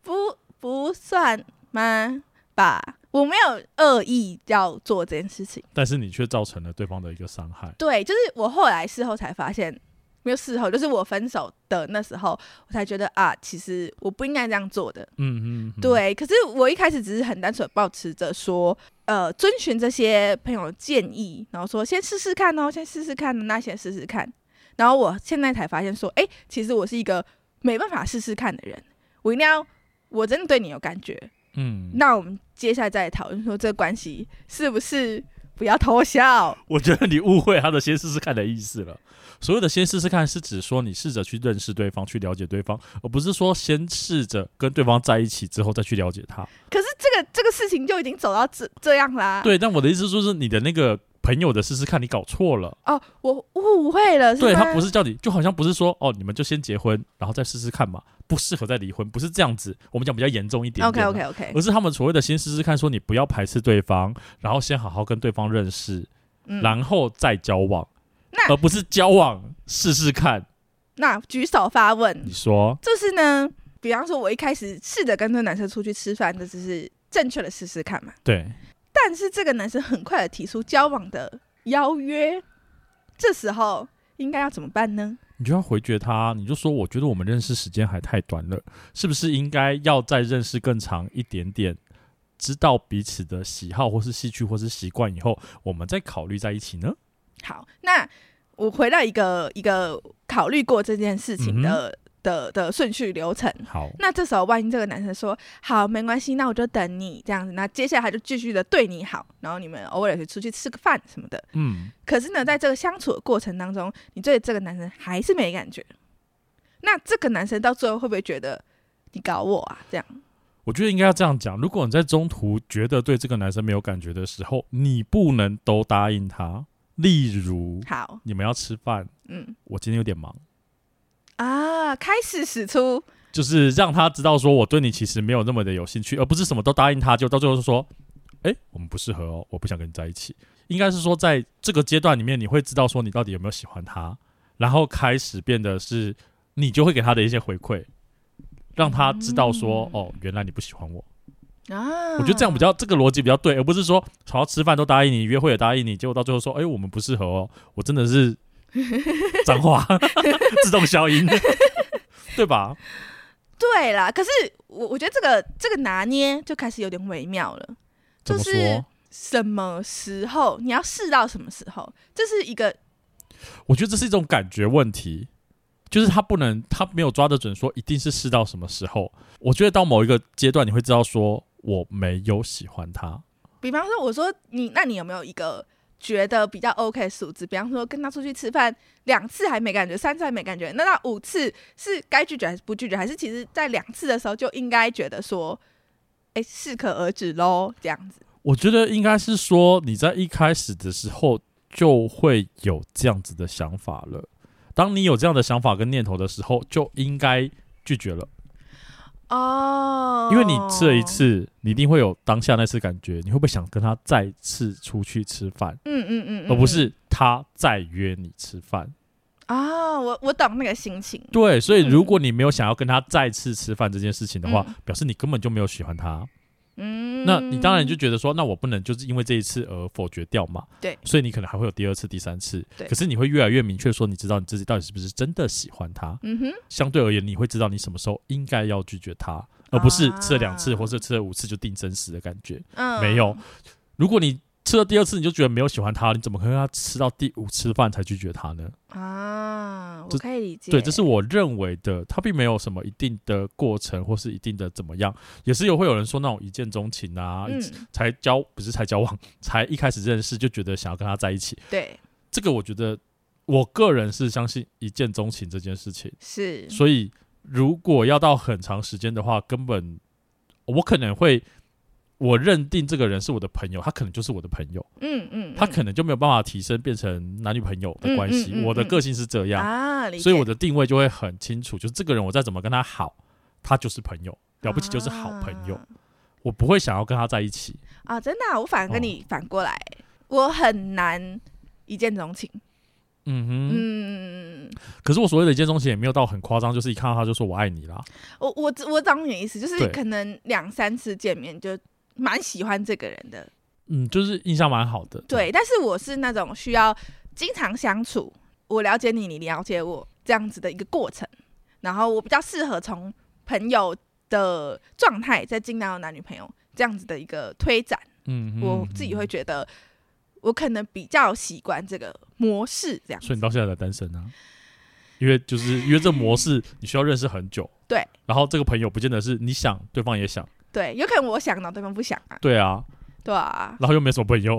[SPEAKER 2] 不不算吗？吧，我没有恶意要做这件事情。
[SPEAKER 1] 但是你却造成了对方的一个伤害。
[SPEAKER 2] 对，就是我后来事后才发现，没有事后，就是我分手的那时候，我才觉得啊，其实我不应该这样做的。
[SPEAKER 1] 嗯嗯，嗯，
[SPEAKER 2] 对，可是我一开始只是很单纯保持着说，呃，遵循这些朋友的建议，然后说先试试看哦，先试试看，那先试试看。然后我现在才发现说，哎、其实我是一个没办法试试看的人，我一定要，我真的对你有感觉。
[SPEAKER 1] 嗯，
[SPEAKER 2] 那我们接下来再讨论说这关系是不是不要偷笑？
[SPEAKER 1] 我觉得你误会他的“先试试看”的意思了。所谓的“先试试看”是指说你试着去认识对方，去了解对方，而不是说先试着跟对方在一起之后再去了解他。
[SPEAKER 2] 可是这个这个事情就已经走到这这样啦。
[SPEAKER 1] 对，但我的意思就是你的那个朋友的“试试看”，你搞错了。
[SPEAKER 2] 哦，我误会了，是
[SPEAKER 1] 对
[SPEAKER 2] 吗
[SPEAKER 1] 他不是叫你，就好像不是说哦，你们就先结婚，然后再试试看嘛，不适合再离婚，不是这样子。我们讲比较严重一点
[SPEAKER 2] OK
[SPEAKER 1] 点啊
[SPEAKER 2] OK OK，
[SPEAKER 1] 而是他们所谓的先试试看，说你不要排斥对方，然后先好好跟对方认识，
[SPEAKER 2] 嗯，
[SPEAKER 1] 然后再交往，
[SPEAKER 2] 那
[SPEAKER 1] 而不是交往试试看。
[SPEAKER 2] 那举手发问
[SPEAKER 1] 你，说。
[SPEAKER 2] 就是呢，比方说，我一开始试着跟这个男生出去吃饭，这只是正确的试试看嘛。
[SPEAKER 1] 对，
[SPEAKER 2] 但是这个男生很快的提出交往的邀约，这时候应该要怎么办呢？
[SPEAKER 1] 你就要回绝他，你就说我觉得我们认识时间还太短了，是不是应该要再认识更长一点点，知道彼此的喜好或是兴趣或是习惯以后，我们再考虑在一起呢？
[SPEAKER 2] 好，那我回到一个一个考虑过这件事情的、的的顺序流程。
[SPEAKER 1] 好，
[SPEAKER 2] 那这时候，万一这个男生说好，没关系，那我就等你这样子。那接下来他就继续的对你好，然后你们偶尔也出去吃个饭什么的。
[SPEAKER 1] 嗯，
[SPEAKER 2] 可是呢，在这个相处的过程当中，你对这个男生还是没感觉，那这个男生到最后会不会觉得你搞我啊？这样
[SPEAKER 1] 我觉得应该要这样讲，如果你在中途觉得对这个男生没有感觉的时候，你不能都答应他，例如
[SPEAKER 2] 好，
[SPEAKER 1] 你们要吃饭，
[SPEAKER 2] 嗯
[SPEAKER 1] 我今天有点忙。
[SPEAKER 2] 啊，开始使出
[SPEAKER 1] 就是让他知道说我对你其实没有那么的有兴趣，而不是什么都答应他，就到最后就说，哎、我们不适合哦，我不想跟你在一起。应该是说，在这个阶段里面，你会知道说你到底有没有喜欢他，然后开始变得是你就会给他的一些回馈，让他知道说、
[SPEAKER 2] 嗯
[SPEAKER 1] 哦，原来你不喜欢我。
[SPEAKER 2] 啊，
[SPEAKER 1] 我觉得这样比较这个逻辑比较对，而不是说好像吃饭都答应你，约会也答应你，结果到最后说，哎、我们不适合哦，我真的是 *laughs* 脏话自动消音，对吧？
[SPEAKER 2] 对啦。可是我我觉得这个这个拿捏就开始有点微妙了，
[SPEAKER 1] 怎
[SPEAKER 2] 就
[SPEAKER 1] 么
[SPEAKER 2] 是
[SPEAKER 1] 说？
[SPEAKER 2] 什么时候你要试到什么时候，这是一个
[SPEAKER 1] 我觉得这是一种感觉问题，就是他不能，他没有抓得准，说一定是试到什么时候。我觉得到某一个阶段，你会知道说我没有喜欢他。
[SPEAKER 2] 比方说，我说你，那你有没有一个觉得比较 OK 的数字？比方说，跟他出去吃饭两次还没感觉，三次还没感觉，那那五次是该拒绝还是不拒绝？还是其实在两次的时候就应该觉得说，哎、适可而止喽，这样子。
[SPEAKER 1] 我觉得应该是说你在一开始的时候就会有这样子的想法了。当你有这样的想法跟念头的时候，就应该拒绝了，
[SPEAKER 2] 哦
[SPEAKER 1] 因为你吃了一，次，你一定会有当下那次感觉。你会不会想跟他再次出去吃饭，
[SPEAKER 2] 嗯嗯嗯，嗯
[SPEAKER 1] 而不是他再约你吃饭？
[SPEAKER 2] 啊、哦，我我懂那个心情。
[SPEAKER 1] 对，所以
[SPEAKER 2] 嗯
[SPEAKER 1] 如果你没有想要跟他再次吃饭这件事情的话，
[SPEAKER 2] 嗯
[SPEAKER 1] 表示你根本就没有喜欢他。
[SPEAKER 2] 嗯，
[SPEAKER 1] 那你当然就觉得说，那我不能就是因为这一次而否决掉嘛。
[SPEAKER 2] 对
[SPEAKER 1] 所以你可能还会有第二次、第三次。
[SPEAKER 2] 对
[SPEAKER 1] 可是你会越来越明确说，你知道你自己到底是不是真的喜欢他。
[SPEAKER 2] 嗯哼，
[SPEAKER 1] 相对而言，你会知道你什么时候应该要拒绝他，而不是吃了两次
[SPEAKER 2] 啊
[SPEAKER 1] 或者吃了五次就定生死的感觉。
[SPEAKER 2] 嗯，
[SPEAKER 1] 没有，如果你吃了第二次你就觉得没有喜欢他，你怎么可能让他吃到第五次饭才拒绝他呢？
[SPEAKER 2] 啊，我
[SPEAKER 1] 这
[SPEAKER 2] 可以理解。
[SPEAKER 1] 对，这是我认为的，它并没有什么一定的过程或是一定的怎么样，也是有会有人说那种一见钟情啊，
[SPEAKER 2] 嗯，
[SPEAKER 1] 才交不是才交往，才一开始认识就觉得想要跟他在一起，
[SPEAKER 2] 对，
[SPEAKER 1] 这个我觉得我个人是相信一见钟情这件事情，
[SPEAKER 2] 是，
[SPEAKER 1] 所以如果要到很长时间的话，根本我可能会。我认定这个人是我的朋友，他可能就是我的朋友，
[SPEAKER 2] 嗯嗯，
[SPEAKER 1] 他
[SPEAKER 2] 嗯
[SPEAKER 1] 可能就没有办法提升变成男女朋友的
[SPEAKER 2] 嗯
[SPEAKER 1] 关
[SPEAKER 2] 嗯
[SPEAKER 1] 系。
[SPEAKER 2] 嗯
[SPEAKER 1] 我的
[SPEAKER 2] 嗯
[SPEAKER 1] 个性是这样，
[SPEAKER 2] 啊，理
[SPEAKER 1] 所以
[SPEAKER 2] 解
[SPEAKER 1] 我的定位就会很清楚，就是这个人我再怎么跟他好，他就是朋友，了不起就是好朋友，
[SPEAKER 2] 啊
[SPEAKER 1] 我不会想要跟他在一起。
[SPEAKER 2] 啊，真的啊、我反而跟
[SPEAKER 1] 哦
[SPEAKER 2] 你反过来，我很难一见钟情。
[SPEAKER 1] 嗯哼，
[SPEAKER 2] 嗯，
[SPEAKER 1] 可是我所谓的一见钟情也没有到很夸张，就是一看到他就说我爱你啦。
[SPEAKER 2] 我我知我懂你的意思，就是
[SPEAKER 1] 对
[SPEAKER 2] 可能两三次见面就蛮喜欢这个人的，
[SPEAKER 1] 嗯，就是印象蛮好的。
[SPEAKER 2] 对。但是我是那种需要经常相处，我了解你，你了解我这样子的一个过程。然后我比较适合从朋友的状态再进到男女朋友这样子的一个推展。
[SPEAKER 1] 嗯哼，
[SPEAKER 2] 我自己会觉得，我可能比较习惯这个模式这样
[SPEAKER 1] 所以你
[SPEAKER 2] 子。
[SPEAKER 1] 到现在才单身啊？因为
[SPEAKER 2] *laughs*
[SPEAKER 1] 就是因为这模式，你需要认识很久。
[SPEAKER 2] 对。
[SPEAKER 1] 然后这个朋友不见得是你想，对方也想。
[SPEAKER 2] 对，有可能我想到对方不想啊，
[SPEAKER 1] 对啊，
[SPEAKER 2] 对啊，
[SPEAKER 1] 然后又没什么朋友。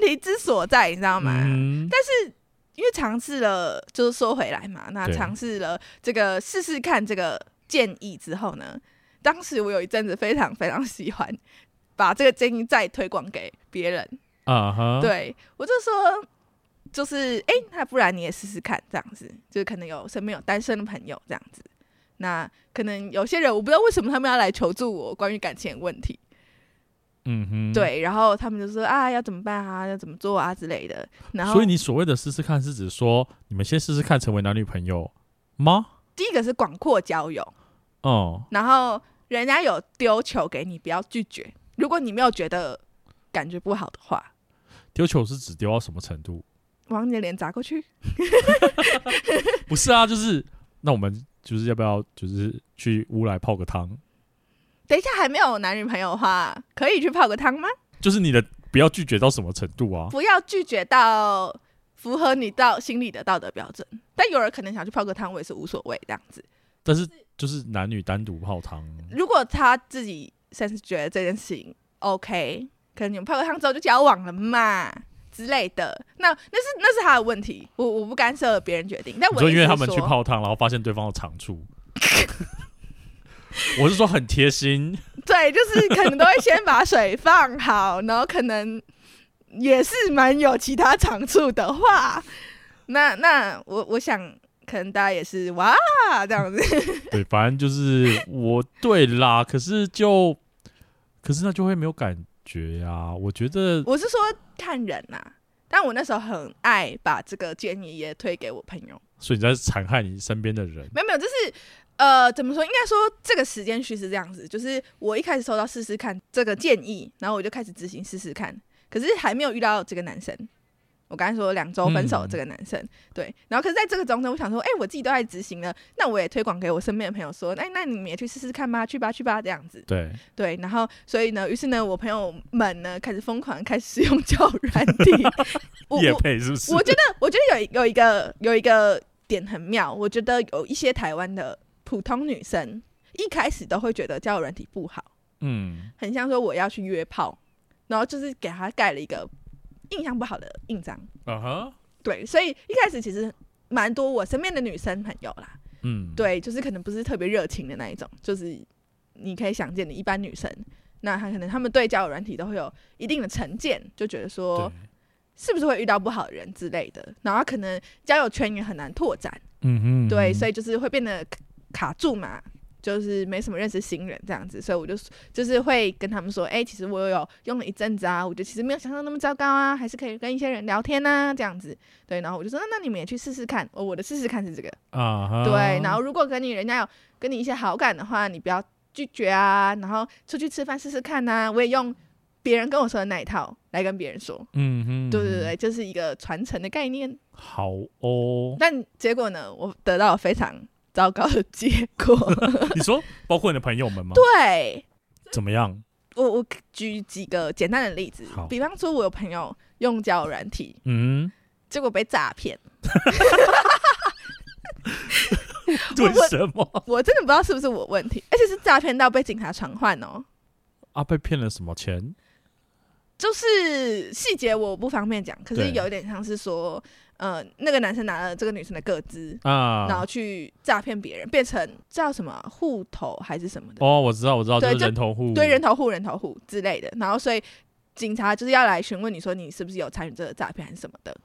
[SPEAKER 2] 问题之所在，你知道吗？
[SPEAKER 1] 嗯，
[SPEAKER 2] 因为尝试了，就是说回来嘛，那
[SPEAKER 1] 对
[SPEAKER 2] 尝试了这个试试看这个建议之后呢，当时我有一阵子非常非常喜欢把这个建议再推广给别人，
[SPEAKER 1] 啊哈，，
[SPEAKER 2] 对我就说。就是哎、那不然你也试试看，这样子，就是可能有身边有单身的朋友这样子，那可能有些人我不知道为什么他们要来求助我关于感情的问题，
[SPEAKER 1] 嗯哼，。
[SPEAKER 2] 对，然后他们就说啊要怎么办啊，要怎么做啊之类的，然后
[SPEAKER 1] 所以你所谓的试试看，是指说你们先试试看成为男女朋友吗？
[SPEAKER 2] 第一个是广阔交友，
[SPEAKER 1] 嗯，
[SPEAKER 2] 然后人家有丢球给你，不要拒绝。如果你没有觉得感觉不好的话，
[SPEAKER 1] 丢球是指丢到什么程
[SPEAKER 2] *laughs*
[SPEAKER 1] 度？
[SPEAKER 2] 往你的脸砸过去。
[SPEAKER 1] 不是啊，就是那我们就是要不要就是去屋来泡个汤？
[SPEAKER 2] 等一下还没有男女朋友的话，可以去泡个汤吗？
[SPEAKER 1] 就是你的不要拒绝到什么程度啊？
[SPEAKER 2] 不要拒绝到符合你到心里的道德标准。但有人可能想去泡个汤，我也是无所谓这样子。
[SPEAKER 1] 但是就是男女单独泡汤，
[SPEAKER 2] 如果他自己甚至觉得这件事情 OK，可能你们泡个汤之后就交往了嘛之类的，那那是那是他的问题，我我不干涉别人决定。但
[SPEAKER 1] 你
[SPEAKER 2] 我
[SPEAKER 1] 说
[SPEAKER 2] 的
[SPEAKER 1] 因
[SPEAKER 2] 意
[SPEAKER 1] 为
[SPEAKER 2] 思
[SPEAKER 1] 他
[SPEAKER 2] 是
[SPEAKER 1] 们去
[SPEAKER 2] 说
[SPEAKER 1] 泡汤，然后发现对方的长处。 *laughs* 我是说很贴心，
[SPEAKER 2] 对，就是可能都会先把水放好，然后可能也是蛮有其他长处的话，那那我我想可能大家也是哇这样子，
[SPEAKER 1] 对，反正就是我对啦。可是就，可是那就会没有感觉啊。我觉得
[SPEAKER 2] 我是说看人呐、啊但我那时候很爱把这个建议也推给我朋友，
[SPEAKER 1] 所以你在残害你身边的人。
[SPEAKER 2] 没有没有，就是呃，怎么说？应该说这个时间序是这样子，就是我一开始收到试试看这个建议，然后我就开始执行试试看，可是还没有遇到这个男生。我刚才说两周分手
[SPEAKER 1] 嗯
[SPEAKER 2] 这个男生，对，然后可是在这个中间，我想说，哎、我自己都在执行了，那我也推广给我身边的朋友说，哎、那你们也去试试看吧，去吧，去吧，这样子。
[SPEAKER 1] 对，
[SPEAKER 2] 对，然后所以呢，于是呢，我朋友们呢开始疯狂地开始使用交友软体。我
[SPEAKER 1] 叶
[SPEAKER 2] 我
[SPEAKER 1] 配是不是？
[SPEAKER 2] 我觉得，我觉得有一有一个有一个点很妙，我觉得有一些台湾的普通女生一开始都会觉得交友软体不好，
[SPEAKER 1] 嗯，
[SPEAKER 2] 很像说我要去约炮，然后就是给她盖了一个印象不好的印章。
[SPEAKER 1] 啊哈，
[SPEAKER 2] 对，所以一开始其实蛮多我身边的女生朋友啦，
[SPEAKER 1] 嗯，，
[SPEAKER 2] 对，就是可能不是特别热情的那一种，就是你可以想见的一般女生，那她可能她们对交友软体都会有一定的成见，就觉得说
[SPEAKER 1] 对，
[SPEAKER 2] 是不是会遇到不好的人之类的，然后可能交友圈也很难拓展，
[SPEAKER 1] 嗯哼，
[SPEAKER 2] 对，所
[SPEAKER 1] 以
[SPEAKER 2] 以就是会变得卡卡住嘛。就是没什么认识新人这样子，所以我就就是会跟他们说，哎、其实我有用了一阵子啊，我觉得其实没有想象那么糟糕啊，还是可以跟一些人聊天啊，这样子。对，然后我就说，啊那那你们也去试试看。哦我的试试看是这个，
[SPEAKER 1] 啊哈，
[SPEAKER 2] 对，然后如果跟你人家有跟你一些好感的话，你不要拒绝啊，然后出去吃饭试试看呐、我也用别人跟我说的那一套来跟别人说，
[SPEAKER 1] 嗯哼，
[SPEAKER 2] 对对，对，这、是一个传承的概念。。
[SPEAKER 1] 好哦
[SPEAKER 2] *laughs* 但结果呢，我得到了非常糟糕的结果。
[SPEAKER 1] *laughs* 你说包括你的朋友们吗？
[SPEAKER 2] 对
[SPEAKER 1] 怎么样？
[SPEAKER 2] 我，我举几个简单的例子
[SPEAKER 1] 好，
[SPEAKER 2] 比方说，我有朋友用交友软体，
[SPEAKER 1] 嗯，
[SPEAKER 2] 结果被诈骗。
[SPEAKER 1] 为什么
[SPEAKER 2] 我真的不知道是不是我问题，而且是诈骗到被警察传唤哦。
[SPEAKER 1] 啊？被骗了什么钱？
[SPEAKER 2] 就是细节我不方便讲，可是
[SPEAKER 1] 对
[SPEAKER 2] 有一点像是说，呃，那个男生拿了这个女生的个资，
[SPEAKER 1] 啊，
[SPEAKER 2] 然后去诈骗别人，变成叫什么户头还是什么的，
[SPEAKER 1] 哦，我知道，我知道，就
[SPEAKER 2] 对
[SPEAKER 1] 是
[SPEAKER 2] 就
[SPEAKER 1] 人头户，
[SPEAKER 2] 对，人头户、人头户之类的，然后所以警察就是要来询问你说你是不是有参与这个诈骗还是什么的，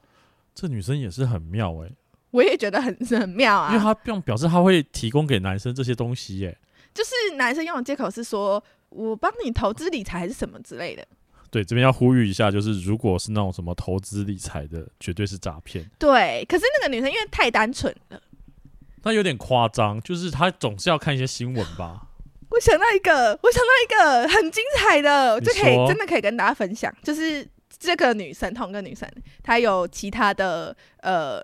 [SPEAKER 1] 这女生也是很妙哎、
[SPEAKER 2] 我也觉得很很妙
[SPEAKER 1] 因为
[SPEAKER 2] 啊，
[SPEAKER 1] 她表表示她会提供给男生这些东西欸耶、
[SPEAKER 2] 就是男生用的借口是说我帮你投资理财还是什么之类的，
[SPEAKER 1] 对，这边要呼吁一下，就是如果是那种什么投资理财的，绝对是诈骗。
[SPEAKER 2] 对，可是那个女生因为太单纯了。
[SPEAKER 1] 那有点夸张，就是她总是要看一些新闻
[SPEAKER 2] *laughs*
[SPEAKER 1] 吧？
[SPEAKER 2] 我想到一个，我想到一个很精彩的，
[SPEAKER 1] 你
[SPEAKER 2] 就可以
[SPEAKER 1] 说
[SPEAKER 2] 真的可以跟大家分享，就是这个女生，同一个女生，她有其他的呃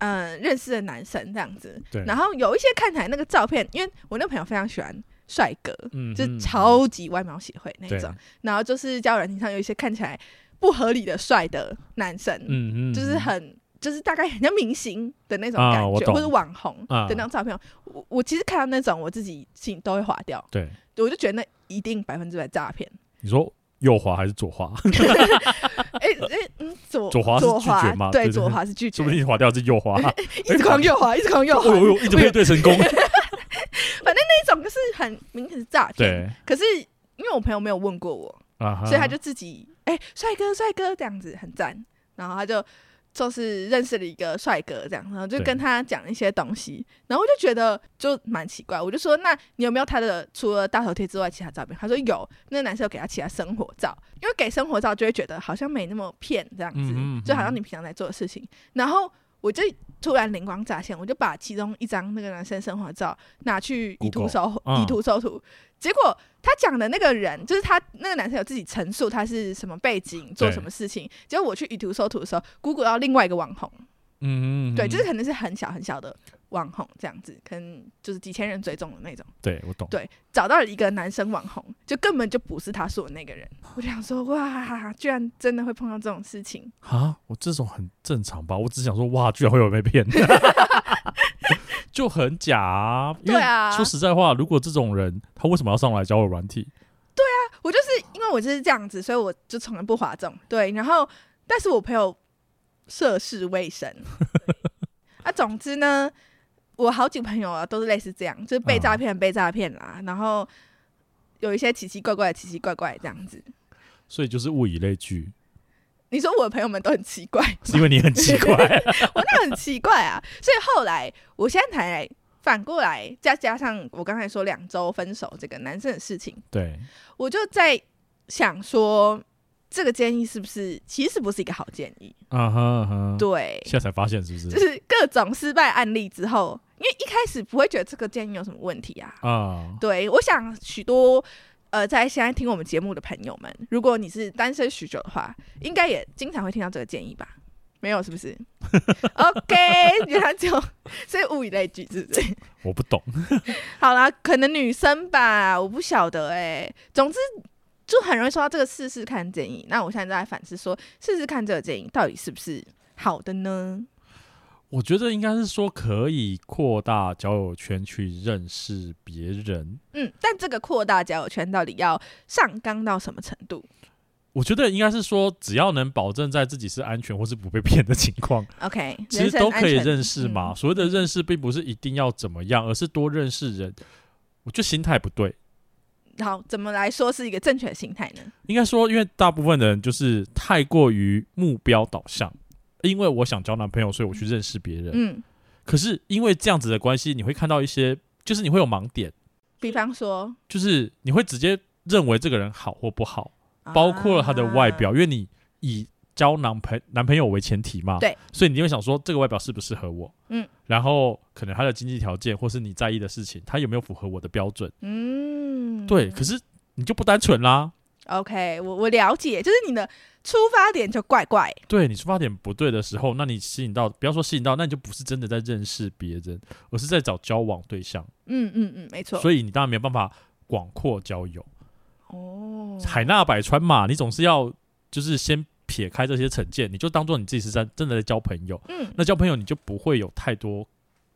[SPEAKER 2] 嗯、呃认识的男生这样子，
[SPEAKER 1] 对，
[SPEAKER 2] 然后有一些看起来那个照片，因为我那朋友非常喜欢帅哥，
[SPEAKER 1] 嗯
[SPEAKER 2] 就
[SPEAKER 1] 哼
[SPEAKER 2] 是超级外貌协会那
[SPEAKER 1] 对
[SPEAKER 2] 一种，然后就是交友软件上有一些看起来不合理的帅的男生，
[SPEAKER 1] 嗯嗯，
[SPEAKER 2] 就是很就是大概很像明星的那种
[SPEAKER 1] 啊
[SPEAKER 2] 感
[SPEAKER 1] 我
[SPEAKER 2] 觉，
[SPEAKER 1] 懂
[SPEAKER 2] 或者网红
[SPEAKER 1] 啊
[SPEAKER 2] 的那种照片。我我其实看到那种，我自己心都会划掉，
[SPEAKER 1] 对。
[SPEAKER 2] 我就觉得那一定百分之百诈骗。
[SPEAKER 1] 你说右滑还是左滑？
[SPEAKER 2] 哎哎嗯，
[SPEAKER 1] *laughs*
[SPEAKER 2] 左
[SPEAKER 1] 左滑是
[SPEAKER 2] 左
[SPEAKER 1] 拒
[SPEAKER 2] 滑
[SPEAKER 1] 绝吗对
[SPEAKER 2] 对，
[SPEAKER 1] 对
[SPEAKER 2] 左滑是拒绝
[SPEAKER 1] 说不，定滑掉是右滑。
[SPEAKER 2] *laughs* 一直狂右滑，一直狂右
[SPEAKER 1] 哦
[SPEAKER 2] 滑，
[SPEAKER 1] 呦呦，一直
[SPEAKER 2] 我
[SPEAKER 1] 配
[SPEAKER 2] 有
[SPEAKER 1] 对
[SPEAKER 2] *laughs*
[SPEAKER 1] 成功。
[SPEAKER 2] 那种就是很明显是诈骗。 *laughs*
[SPEAKER 1] 对
[SPEAKER 2] 可是因为我朋友没有问过我，
[SPEAKER 1] 啊哈，
[SPEAKER 2] 所以他就自己哎帅哥帅哥这样子很赞，然后他就。就是认识了一个帅哥，这样，然后就
[SPEAKER 1] 对
[SPEAKER 2] 跟他讲一些东西，然后我就觉得就蛮奇怪，我就说，那你有没有他的除了大头贴之外其他照片？他说有，那个男生有给他其他生活照，因为给生活照就会觉得好像没那么骗这样子，
[SPEAKER 1] 嗯嗯嗯
[SPEAKER 2] 就好像你平常在做的事情。然后我就突然灵光乍现，我就把其中一张那个男生生活照拿去以图
[SPEAKER 1] Google
[SPEAKER 2] 搜
[SPEAKER 1] 嗯
[SPEAKER 2] 以图搜图，结果他讲的那个人，就是他那个男生有自己陈述他是什么背景，做
[SPEAKER 1] 对
[SPEAKER 2] 什么事情。结果我去以图搜图的时候，Google 到另外一个网红，
[SPEAKER 1] 嗯嗯，嗯
[SPEAKER 2] 对，就是可能是很小很小的网红这样子，可能就是几千人追踪的那种。
[SPEAKER 1] 对我懂。
[SPEAKER 2] 对找到了一个男生网红，就根本就不是他说的那个人。我就想说，哇，居然真的会碰到这种事情。
[SPEAKER 1] 啊，我这种很正常吧？我只想说，哇，居然会有人被
[SPEAKER 2] *laughs*
[SPEAKER 1] 骗，就很假啊。因为
[SPEAKER 2] 对啊
[SPEAKER 1] 说实在话，如果这种人，他为什么要上来教我软体？
[SPEAKER 2] 我就是因为我就是这样子，所以我就从来不滑中。对，然后但是我朋友涉世未深，啊，总之呢，我好几个朋友啊都是类似这样，就是被诈骗、被诈骗啦，然后有一些奇奇怪怪、奇奇怪怪这样子。
[SPEAKER 1] 所以就是物以类聚，
[SPEAKER 2] 你说我的朋友们都很奇怪，
[SPEAKER 1] 是因为你很奇
[SPEAKER 2] *laughs*
[SPEAKER 1] 怪。
[SPEAKER 2] 我那很奇怪啊。所以后来，我现在才来反过来，再加上我刚才说两周分手这个男生的事情，
[SPEAKER 1] 对，
[SPEAKER 2] 我就在想说，这个建议是不是其实不是一个好建议？
[SPEAKER 1] 啊哈啊哈，
[SPEAKER 2] 对，
[SPEAKER 1] 现在才发现是不是？
[SPEAKER 2] 就是各种失败案例之后，因为一开始不会觉得这个建议有什么问题啊。
[SPEAKER 1] 啊，
[SPEAKER 2] 对，我想许多呃在现在听我们节目的朋友们，如果你是单身许久的话，应该也经常会听到这个建议吧？没有，是不是？OK，原来就所以物以类聚，是不是？
[SPEAKER 1] 我不懂
[SPEAKER 2] 好啦，可能女生吧，我不晓得哎、总之。就很容易收到这个试试看建议，那我现在在反思说，试试看这个建议到底是不是好的呢？
[SPEAKER 1] 我觉得应该是说可以扩大交友圈去认识别人。
[SPEAKER 2] 嗯，但这个扩大交友圈到底要上纲到什么程度
[SPEAKER 1] 我觉得应该是说，只要能保证在自己是安全或是不被骗的情
[SPEAKER 2] *laughs*
[SPEAKER 1] 况，
[SPEAKER 2] ？OK，
[SPEAKER 1] 其
[SPEAKER 2] 人
[SPEAKER 1] 实
[SPEAKER 2] 身
[SPEAKER 1] 都
[SPEAKER 2] 安
[SPEAKER 1] 可以
[SPEAKER 2] 全
[SPEAKER 1] 认识嘛。
[SPEAKER 2] 嗯
[SPEAKER 1] 所谓的认识，并不是一定要怎么样，而是多认识人。我觉得心态不对，
[SPEAKER 2] 嗯好，怎么来说是一个正确的心态呢？
[SPEAKER 1] 应该说，因为大部分的人就是太过于目标导向。因为我想交男朋友，所以我去认识别人。
[SPEAKER 2] 嗯，
[SPEAKER 1] 可是因为这样子的关系，你会看到一些，就是你会有盲点，
[SPEAKER 2] 比方说，
[SPEAKER 1] 就是你会直接认为这个人好或不好，包括了他的外表，
[SPEAKER 2] 啊
[SPEAKER 1] 因为你以交男朋男朋友为前提嘛，
[SPEAKER 2] 对，
[SPEAKER 1] 所以你就会想说这个外表适不适合我，
[SPEAKER 2] 嗯，
[SPEAKER 1] 然后可能他的经济条件或是你在意的事情，他有没有符合我的标准，
[SPEAKER 2] 嗯，
[SPEAKER 1] 对，可是你就不单纯啦，
[SPEAKER 2] ，OK，我我了解，就是你的出发点就怪怪，
[SPEAKER 1] 对你出发点不对的时候，那你吸引到，不要说吸引到，那你就不是真的在认识别人，而是在找交往对象，
[SPEAKER 2] 嗯嗯嗯，没错，
[SPEAKER 1] 所以你当然没有办法广阔交友，
[SPEAKER 2] 哦，
[SPEAKER 1] 海纳百川嘛，你总是要就是先撇开这些成见，你就当做你自己是在真的在交朋友。
[SPEAKER 2] 嗯
[SPEAKER 1] 那交朋友你就不会有太多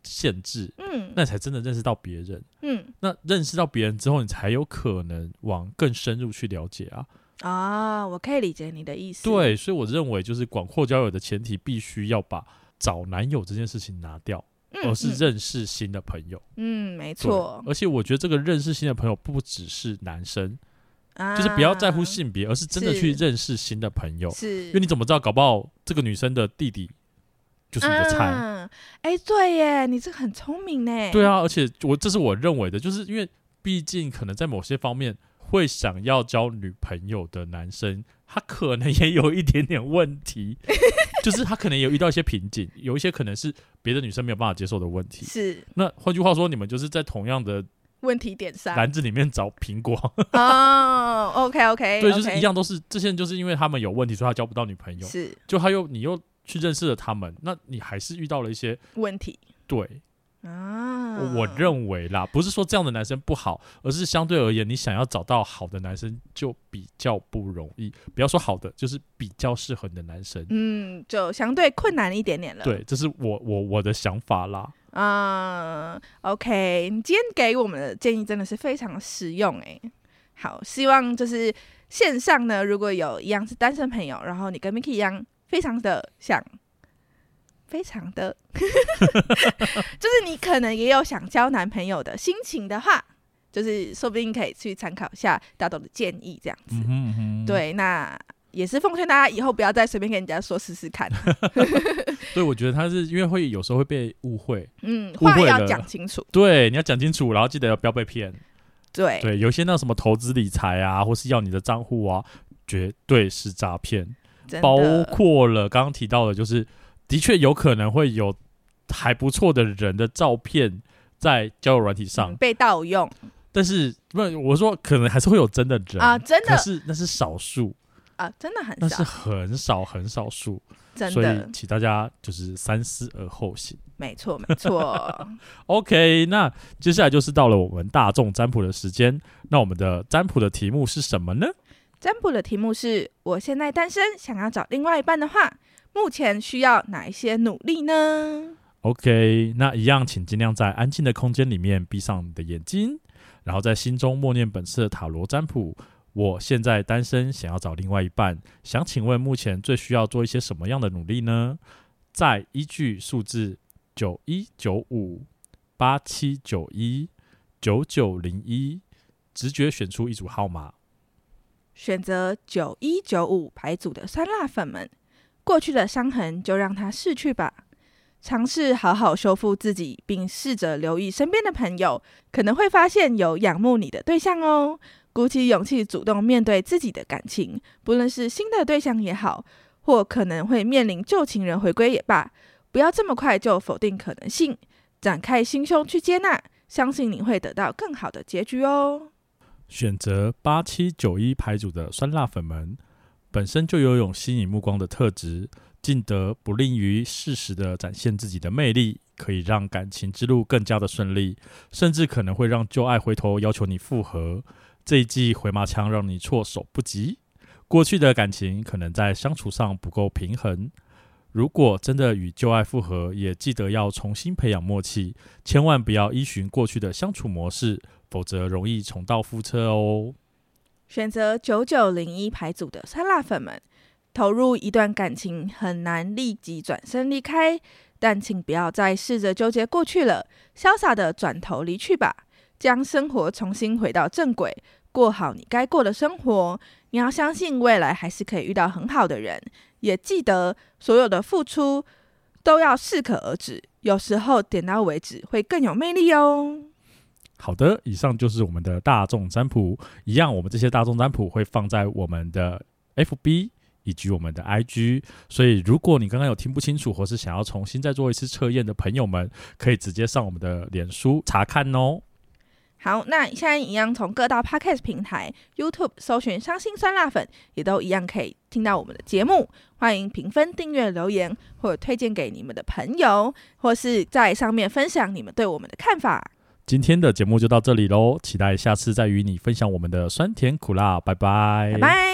[SPEAKER 1] 限制，
[SPEAKER 2] 嗯
[SPEAKER 1] 那才真的认识到别人。
[SPEAKER 2] 嗯
[SPEAKER 1] 那认识到别人之后，你才有可能往更深入去了解啊。
[SPEAKER 2] 啊，我可以理解你的意思，，
[SPEAKER 1] 对，所以我认为就是广阔交友的前提，必须要把找男友这件事情拿掉，
[SPEAKER 2] 嗯
[SPEAKER 1] 而哦是
[SPEAKER 2] 嗯
[SPEAKER 1] 认识新的朋友。
[SPEAKER 2] 嗯，没
[SPEAKER 1] 对
[SPEAKER 2] 错，
[SPEAKER 1] 而且我觉得这个认识新的朋友不只是男生，
[SPEAKER 2] 啊
[SPEAKER 1] 就是不要在乎性别，而是真的去
[SPEAKER 2] 是
[SPEAKER 1] 认识新的朋友。
[SPEAKER 2] 是，
[SPEAKER 1] 因为你怎么知道？搞不好这个女生的弟弟就是你的菜。
[SPEAKER 2] 嗯，哎、对耶，你这个很聪明呢。
[SPEAKER 1] 对，啊，而且我这是我认为的，就是因为毕竟可能在某些方面会想要交女朋友的男生，他可能也有一点点问题，就是他可能也遇到一些瓶颈，有一些可能是别的女生没有办法接受的问题。
[SPEAKER 2] 是
[SPEAKER 1] 那换句话说，你们就是在同样的
[SPEAKER 2] 问题点上。
[SPEAKER 1] 篮子里面找苹果，
[SPEAKER 2] 哦，OK OK，
[SPEAKER 1] 对，就是一。样，都是这些人就是因为他们有问题，所以他交不到女朋友，
[SPEAKER 2] 是
[SPEAKER 1] 就他又你又去认识了他们，那你还是遇到了一些
[SPEAKER 2] 问题
[SPEAKER 1] 对。
[SPEAKER 2] 啊，
[SPEAKER 1] 我我认为啦，不是说这样的男生不好，而是相对而言，你想要找到好的男生就比较不容易。不要说好的，就是比较适合你的男生。
[SPEAKER 2] 嗯，就相对困难一点点了。
[SPEAKER 1] 对，这是我我我的想法啦。
[SPEAKER 2] 啊、o k 你今天给我们的建议真的是非常实用哎、好，希望就是线上呢，如果有一样是单身朋友，然后你跟 Miki 一样，非常的想，非常的， *laughs* 就是你可能也有想交男朋友的心情的话，就是说不定可以去参考一下大豆的建议这样子。
[SPEAKER 1] 嗯哼嗯哼，
[SPEAKER 2] 对，那也是奉劝大家以后不要再随便跟人家说试试看，
[SPEAKER 1] 所以我觉得他是因为会有时候会被误会，
[SPEAKER 2] 嗯，
[SPEAKER 1] 误
[SPEAKER 2] 话
[SPEAKER 1] 会
[SPEAKER 2] 要
[SPEAKER 1] 了
[SPEAKER 2] 讲清楚，
[SPEAKER 1] 对，你要讲清楚，然后记得不要被骗。
[SPEAKER 2] 对，
[SPEAKER 1] 对，有一些那什么投资理财啊，或是要你的账户啊，绝对是诈骗，
[SPEAKER 2] 真
[SPEAKER 1] 包
[SPEAKER 2] 的
[SPEAKER 1] 括了刚刚提到的，就是的确有可能会有还不错的人的照片在交友软体上，
[SPEAKER 2] 嗯被盗用。
[SPEAKER 1] 但是不，我说可能还是会有真的人
[SPEAKER 2] 啊，，真
[SPEAKER 1] 可
[SPEAKER 2] 的
[SPEAKER 1] 是那是少数，
[SPEAKER 2] 啊，真的很
[SPEAKER 1] 那是
[SPEAKER 2] 少，
[SPEAKER 1] 很少很少数，
[SPEAKER 2] 真
[SPEAKER 1] 所
[SPEAKER 2] 的
[SPEAKER 1] 以，请大家就是三思而后行。
[SPEAKER 2] 没错，没错。 *laughs*
[SPEAKER 1] OK，那接下来就是到了我们大众占卜的时间，那我们的占卜的题目是什么呢？
[SPEAKER 2] 占卜的题目是：我现在单身，想要找另外一半的话，目前需要哪一些努力呢？
[SPEAKER 1] OK，那一样，请尽量在安静的空间里面闭上你的眼睛，然后在心中默念本次的塔罗占卜。我现在单身，想要找另外一半，想请问目前最需要做一些什么样的努力呢？再依据数字九一九五八七九一九九零一，直觉选出一组号码。
[SPEAKER 2] 选择九一九五牌组的酸辣粉们，过去的伤痕就让它逝去吧。尝试好好修复自己，并试着留意身边的朋友，可能会发现有仰慕你的对象哦。鼓起勇气主动面对自己的感情，不论是新的对象也好，或可能会面临旧情人回归也罢，不要这么快就否定可能性，展开心胸去接纳，相信你会得到更好的结局哦。
[SPEAKER 1] 选择八七九一牌组的酸辣粉们，本身就拥有吸引目光的特质，进得不吝于适时的展现自己的魅力，可以让感情之路更加的顺利，甚至可能会让旧爱回头要求你复合。这一记回马枪让你措手不及。过去的感情可能在相处上不够平衡，如果真的与旧爱复合，也记得要重新培养默契，千万不要依循过去的相处模式，否则容易重蹈覆辙哦。
[SPEAKER 2] 选择九九零一牌组的酸辣粉们，投入一段感情很难立即转身离开，但请不要再试着纠结过去了，潇洒的转头离去吧，将生活重新回到正轨，过好你该过的生活。你要相信未来还是可以遇到很好的人，也记得所有的付出都要适可而止，有时候点到为止会更有魅力哦。
[SPEAKER 1] 好的，以上就是我们的大众占卜。一样，我们这些大众占卜会放在我们的 FB 以及我们的 IG。所以，如果你刚刚有听不清楚，或是想要重新再做一次测验的朋友们，可以直接上我们的脸书查看哦。
[SPEAKER 2] 好，那现在一样从各大 podcast 平台、YouTube 搜寻“伤心酸辣粉”，也都一样可以听到我们的节目。欢迎评分、订阅、留言，或者推荐给你们的朋友，或是在上面分享你们对我们的看法。
[SPEAKER 1] 今天的节目就到这里喽，期待下次再与你分享我们的酸甜苦辣，拜拜，
[SPEAKER 2] 拜拜。